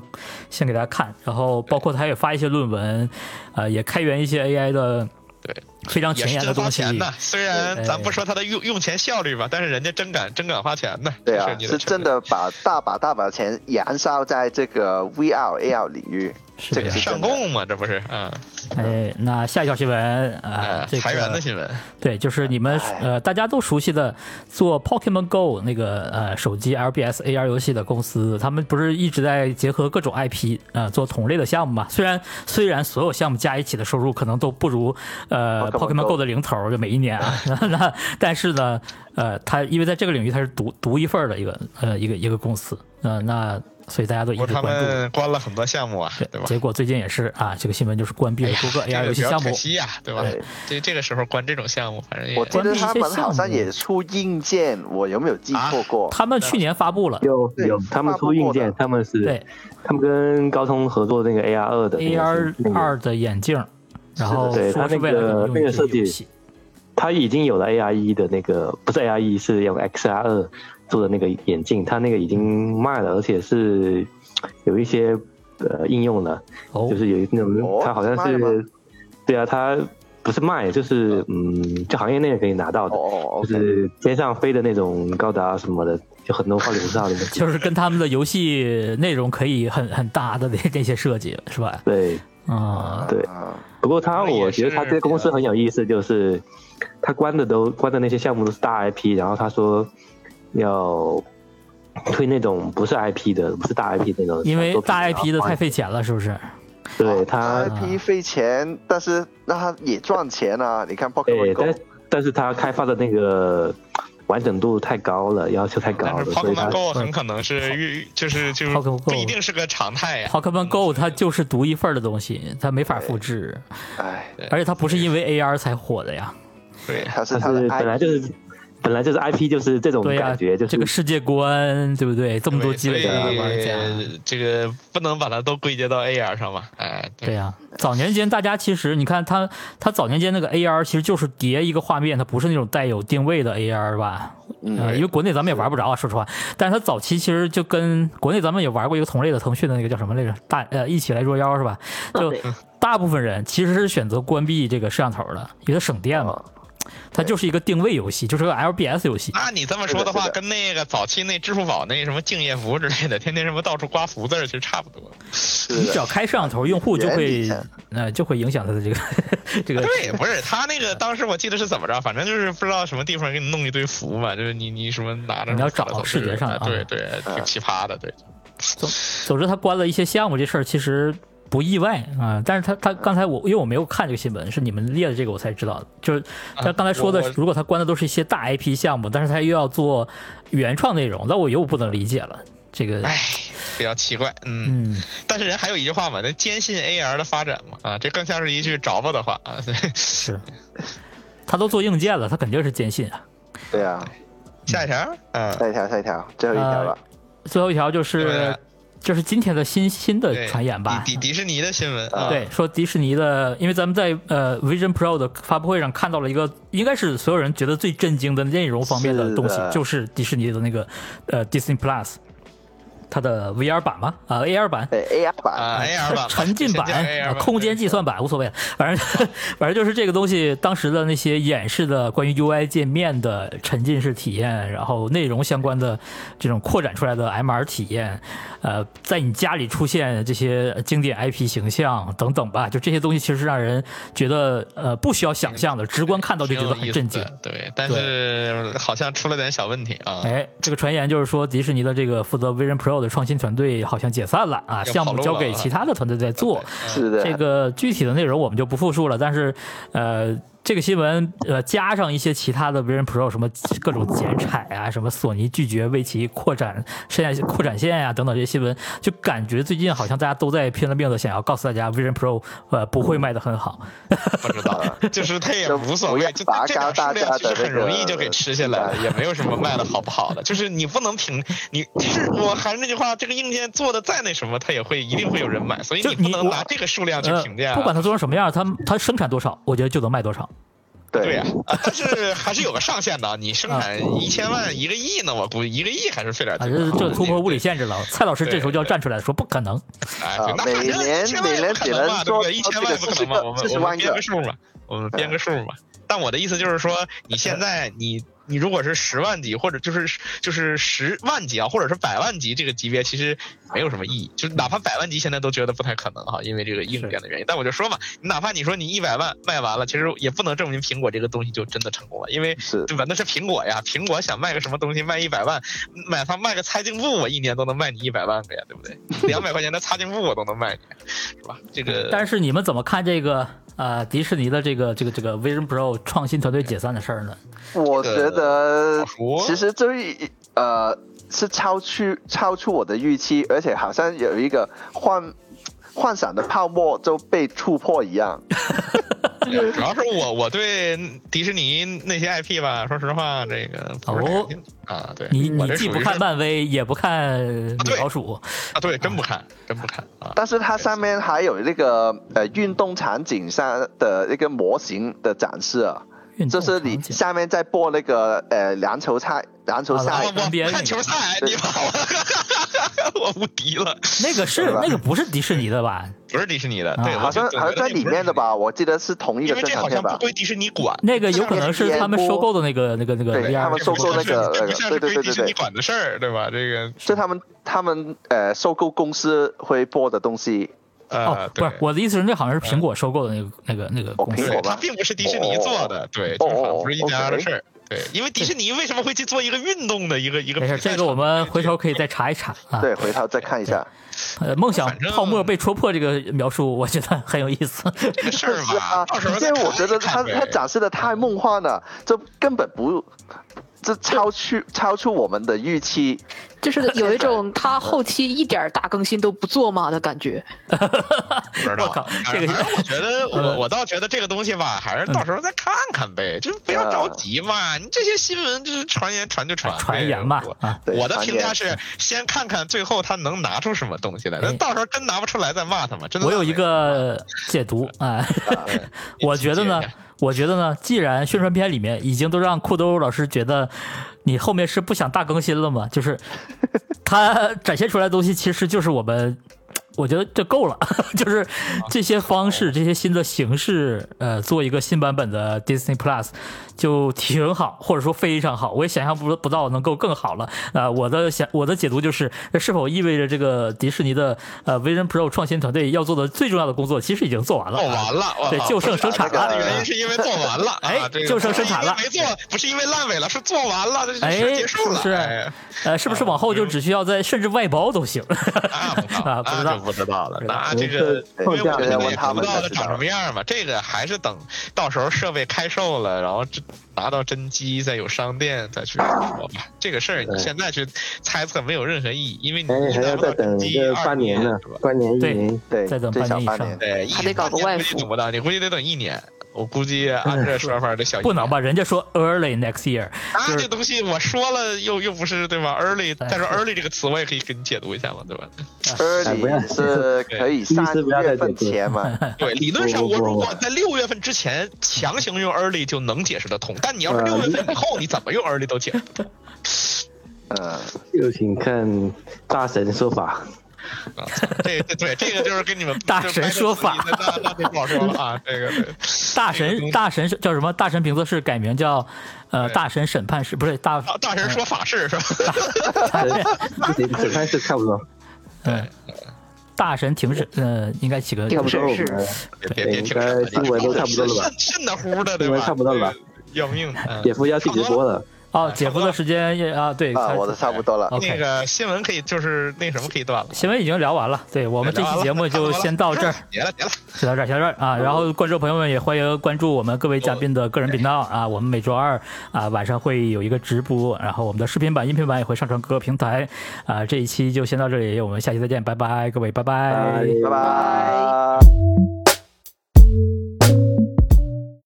先给大家看，然后包括它也发一些论文，呃，也开源一些 AI 的
对
非常
也
前
是
沿
真
东
花
西。
钱的。虽然咱不
哎
说它的用用钱效率吧，但是人家真敢真敢花钱呢。
对
这
啊，
你
是
成
真
本
的把大把大把钱燃烧在这个 VR AR 领域，
是
这个
的
是
上
真的。
供嘛，这不是？嗯，
哎，那下一条新闻啊
哎，
这个
裁员的新闻，
对，就是你们
哎
呃大家都熟悉的做 Pokemon Go 那个呃手机 LBS AR 游戏的公司，他们不是一直在结合各种 IP 呃做同类的项目嘛？虽然虽然所有项目加一起的收入可能都不如呃
Pokemon
Pokemon
Go
Go 的零头儿，就每一年啊， 那但是呢，呃，它因为在这个领域它是独独一份儿的一个呃一个一个公司，呃，那所以大家都一
不过
直
他
关注。
们关了很多项目啊，对吧？
结果最近也是啊，这个新闻就是关闭
哎
了
呀，
多个
这
AR 游戏
比较
项目
可。惜呀，对吧
对？
这这个时候关这种项目，反正也
我记得他们好
关闭一
像
些项
也出硬件，我有没有记错过？
他们去年发布了
有
对
有，他们出硬件，他们是
对
他们跟高通合作那个 AR 二的
AR
那个
二的眼镜儿，然后
对
说
它
是
那
为了
个
用于
那个
这
设
游
计
戏
它已经有了 AR 一的那个，不是 AR 一，是用 XR 二做的那个眼镜，它那个已经卖了，而且是有一些呃应用了，
哦
就，是有一那种
哦
它好像
卖了吗
是，对啊，它不是卖，就是嗯，就行业内可以拿到的，
哦，OK，
就是天上飞的那种高达什么的，就很多花里胡哨的。
就是跟他们的游戏内容可以很很搭的那那些设计是吧？
对，
啊、
对
啊，
不过他，
那也
我觉得他这个公司很有意思，就是他关的都关的那些项目都是大 IP，然后他说要推那种不是 IP 的，不是大 IP 那种，
因为大
然后
IP 的太费哦钱了，是不是？
对他，
IP 费钱，但是那他也赚钱啊！你看
对，
Pokemon Go，
但但是他开发的那个完整度太高了，要求太高
但
了，
是
所以他
Pokemon Go 很可能是预，就是就是
Pokemon Go
不一定是个常态呀。
Pokemon Go 它就是独一份儿的东西，它没法复制，
哎，
对
而且它不是因为 AR 才火的呀。
对，
他是
他
他
是
的
本来
IP，
就是本来就是 IP 就是这种
对呀、
感觉，就是
这个世界观，对不对？这么多
对
积累
所
的
以
玩啊家，
这个不能把它都归结到 AR 上吧？哎，
对呀、早年间大家其实你看它，它早年间那个 AR 其实就是叠一个画面，它不是那种带有定位的 AR 吧？呃，因为国内咱们也玩不着啊，说实话。但是它早期其实就跟国内咱们也玩过一个同类的，腾讯的那个叫什么来着？大呃，一起来捉妖是吧？就
对
大部分人其实是选择关闭这个摄像头的，因为它省电嘛。它就是一个定位游戏，就是个 LBS 游戏。
那你这么说的话，
是的
跟那个早期那支付宝那什么敬业福之类的，天天什么到处刮福字儿，其实差不多。
你
是
只
的，
要开摄像头，用户就
原
会
理上
呃就会影响它的这个 这个。
对，不是他那个当时我记得是怎么着，反正就是不知道什么地方给你弄一堆符嘛，就是你你什么拿着
你要
什么
找
走
视觉上
哎
啊
对对，
嗯
挺奇葩的，对。
总总之，他关了一些项目这事儿其实不意外啊、但是他他刚才我因为我没有看这个新闻，是你们列的这个我才知道的。就是他刚才说的
啊我我，
如果他关的都是一些大 IP 项目，但是他又要做原创内容，那我又不能理解了。这个，
唉，比较奇怪，嗯，
嗯，
但是人还有一句话嘛，那坚信 AR 的发展嘛，啊，这更像是一句着吧的话啊， 对
是，他都做硬件了，他肯定是坚信啊。
对啊，
下一条，嗯，
下一条，下一条，最后一条了，
最后一条就是
对，啊
就是今天的新新的
对，
传言吧，
迪迪迪士尼的新闻啊，
对，说迪士尼的，因为咱们在呃 Vision Pro 的发布会上看到了一个，应该是所有人觉得最震惊的内容方面的
是
东西，
的
就是迪士尼的那个呃 Disney Plus，它的 VR 版嘛，啊、AR 版。
对 AR 版，
啊，AR 版吧
沉浸版、
先哎叫 AR
啊
吧
空间计算版无所谓了，反正 反正就是这个东西，当时的那些演示的关于 UI 界面的沉浸式体验，然后内容相关的这种扩展出来的 MR 体验，呃，在你家里出现这些经典 IP 形象等等吧，就这些东西其实是让人觉得呃不需要想象的，直观看到就
挺
觉得
有意
很
思
震惊
的。对，但是好像出了点小问题啊。
哎，这个传言就是说，迪士尼的这个负责 Vision Pro 的创新团队好像解散了啊，
要
项
跑
目
路
交
了嗯
给
啊
其他的团队在做。
是的，
这个具体的内容我们就不复述了，但是呃，这个新闻呃加上一些其他的 Vision Pro 什么各种剪彩啊，什么索尼拒绝为其扩展线扩展线呀、啊等等这些新闻，就感觉最近好像大家都在拼了命的想要告诉大家 Vision Pro 呃不会卖的很好，
不 知道，就是他也无所谓，就
不要
这
拔高
点
大
数
家
量
的
其实很容易就给吃下来了
这，个
也没有什么卖的好不好的，就是你不能凭你是我还是那句话，这个硬件做的再那什么，它也会一定会有人买，所以
就
不
你
能
我
拿这个数量去
呃
评价啊。
不管它做成什么样，它它生产多少，我觉得就能卖多少。
对
对
呀、啊，但是还是有个上限的，你生产一千万、一个亿呢，我估计一个亿还是费点
啊，
劲
这
的。
这突破物理限制了。蔡老师这时候就要站出来说，不可能，
哎，
啊
对那
每
反正
年
1000万
每
也
年
不可
只
能
能
嘛对
做
不对？一千万也不可能嘛，我们
这是
我
弯
们
个嗯
编个数嘛，我们编个数嘛。但我的意思就是说，你现在你你如果是十万级，或者就是就是十万级啊，或者是百万级这个级别，其实没有什么意义。就是哪怕百万级，现在都觉得不太可能哈，因为这个硬件的原因。但我就说嘛，你哪怕你说你一百万卖完了，其实也不能证明苹果这个东西就真的成功了，因为
是
对吧？那是苹果呀，苹果想卖个什么东西，卖一百万，买它卖个擦镜布，我一年都能卖你一百万个呀，对不对？两百块钱的擦镜布我都能卖你，是吧？这个，
但是你们怎么看这个呃迪士尼的这个这个这个 Vision Pro 创新团队解散的事儿呢？
我
这
觉得
好啊说
其实最呃是超出超出我的预期，而且好像有一个幻幻想的泡沫就被触破一样。
主要是我我对迪士尼那些 IP 吧，说实话，这个不是很感兴趣啊，对，
哦 你
我
你
这
既
属于
不看
是
漫威，也不看米老鼠，
啊，对，真不看，真不看啊。
但是它上面还有那个呃运动场景上的那个模型的展示啊，
运
就
动
是
场
你
景。
下面在播那个呃篮球赛，篮球
啊
赛
啊，
哎
我
NBA
看球赛，你把我， 我无敌了，
那个是
对吧
那个不是迪士尼的吧？
不是迪士尼的，
啊
对，
好像
我觉得
好像在里面的，吧，我记得是同一
因
个
为
宣
这
传
好
片
像不
吧。
归迪士尼管，
那个有可能是他们收购的那个那个那个
对他
VR
们收购那个那
这不
个，
像
对对
是
对
归迪
对
士尼
对，
管的事儿，对吧？这个
就他们他们呃收购公司会播的东西，
哦
呃，，
不
对
是，我的意思是那好像是苹果收购的那个那个那个公司
苹
对
果，
它
吧哦
并不是迪士尼做的，对，就是好像不是一家的事儿。对，因为迪士尼为什么会去做一个运动的一个一个比
没
赛
事，
场地？
这个我们回头可以再查一查啊。
对，回头再看一下。
呃，梦想
反正
泡沫被戳破这个描述，我觉得很有意思。
这个事儿
是啊
吧，到时候，再
因为我
看
觉得
一看
他
呗
他展示的太梦幻了，这根本不，这超出超出我们的预期。
就是有一种他后期一点儿大更新都不做嘛的感觉。
不知
我
道。
靠
反
这个嗯
正我觉得我我倒觉得这个东西吧，还是到时候再看看呗，就不要
嗯
着急嘛。你这些新闻就是传言传就传呗，
传言嘛
我
啊
对
我的评价
传言
是先看看最后他能拿出什么东西来，那
哎
到时候真拿不出来再骂他嘛。真的，
我有一个解 读啊， 我觉得呢
你解，
我觉得呢，既然宣传片里面已经都让库兜老师觉得你后面是不想大更新了嘛，就是他展现出来的东西其实就是我们。我觉得这够了， 就是这些方式、这些新的形式，呃，做一个新版本的 Disney Plus 就挺好，或者说非常好。我也想象不不到能够更好了。呃，我的想我的解读就是，这是否意味着这个迪士尼的呃 Vision Pro 创新团队要做的最重要的工作，其实已经做完了？啊
做完了，我
对，
靠
就剩生 产
那
了
个。原因是啊因为做完了，
哎
啊这个
就剩生产了
不是因为没做，不是因为烂尾了，是做完了，这
哎
这事儿结束了，
是不是
哎
呃，是不是往后就只需要在甚至外包都行
啊，不知道
啊？不知
那就
道，
不知道了。
不知道
那这个，因
放
为
假
我
了
们也
要问他
不
们
知道
才
它
知
长
道
什么样嘛，这个还是等到时候设备开售了，然后这拿到真机，再有商店再去说吧。这个事儿你
对
现在去猜测没有任何意义，因为你
哎，
你
还
拿
要
不到
再
真
等
机
这
二
半年呢
是吧，？
半年一
对
年，
对，
再等
最
半
少
年以
半
上
年。
对，
还得 搞个
一半年
外
估计
服
等不到，你估计得等一年。我估计按 这说法得小一
不能
年
吧？人家说 early next year，
啊，
就是
这东西我说了又又不是对吧？early，
哎
再说 early 这个词我也可以给你解读一下嘛，对 吧？
哎不要
early 是可以
对
三
意思不要
月
再
份
解读
前嘛？
对，理论上
不
我
不
如
不
果在六月份之前强行用 early 就能解释得通，但你要是
呃
六月份以后，你怎么用 early 都解释不通
嗯，
就请看大神说法。
啊！这这对这个就是跟 你们
大神说法
那那那就不好说了啊，这个对
大
这个东
神
西
大神是叫什么？大神评测室改名叫呃
对啊
大神审判室，不是大
大大神说法事是吧？
你只看是看不懂，
嗯大神庭审，呃，应该起个
庭
不
审
懂我
是
们
别别别听
应该
了
新闻都差不多了吧
渗渗的乎的对
新
吧？
闻差不多了吧
这个？要命！嗯
姐夫要去直播了，
哦，姐夫的时间也啊，对
啊，
他
我的差不多了。
OK
那个新闻可以就是那什么可以断了。
新闻已经聊完了，对我
我
们这期节目就先到 这儿，
别了别了，
先到这儿，先到这儿啊！然后观众朋友们也欢迎关注我们各位嘉宾的个人频道啊，我们每周二啊晚上会有一个直播，然后我们的视频版、音频版也会上传各个平台啊。这一期就先到这里，我们下期再见，拜拜，各位，拜拜
拜
拜拜。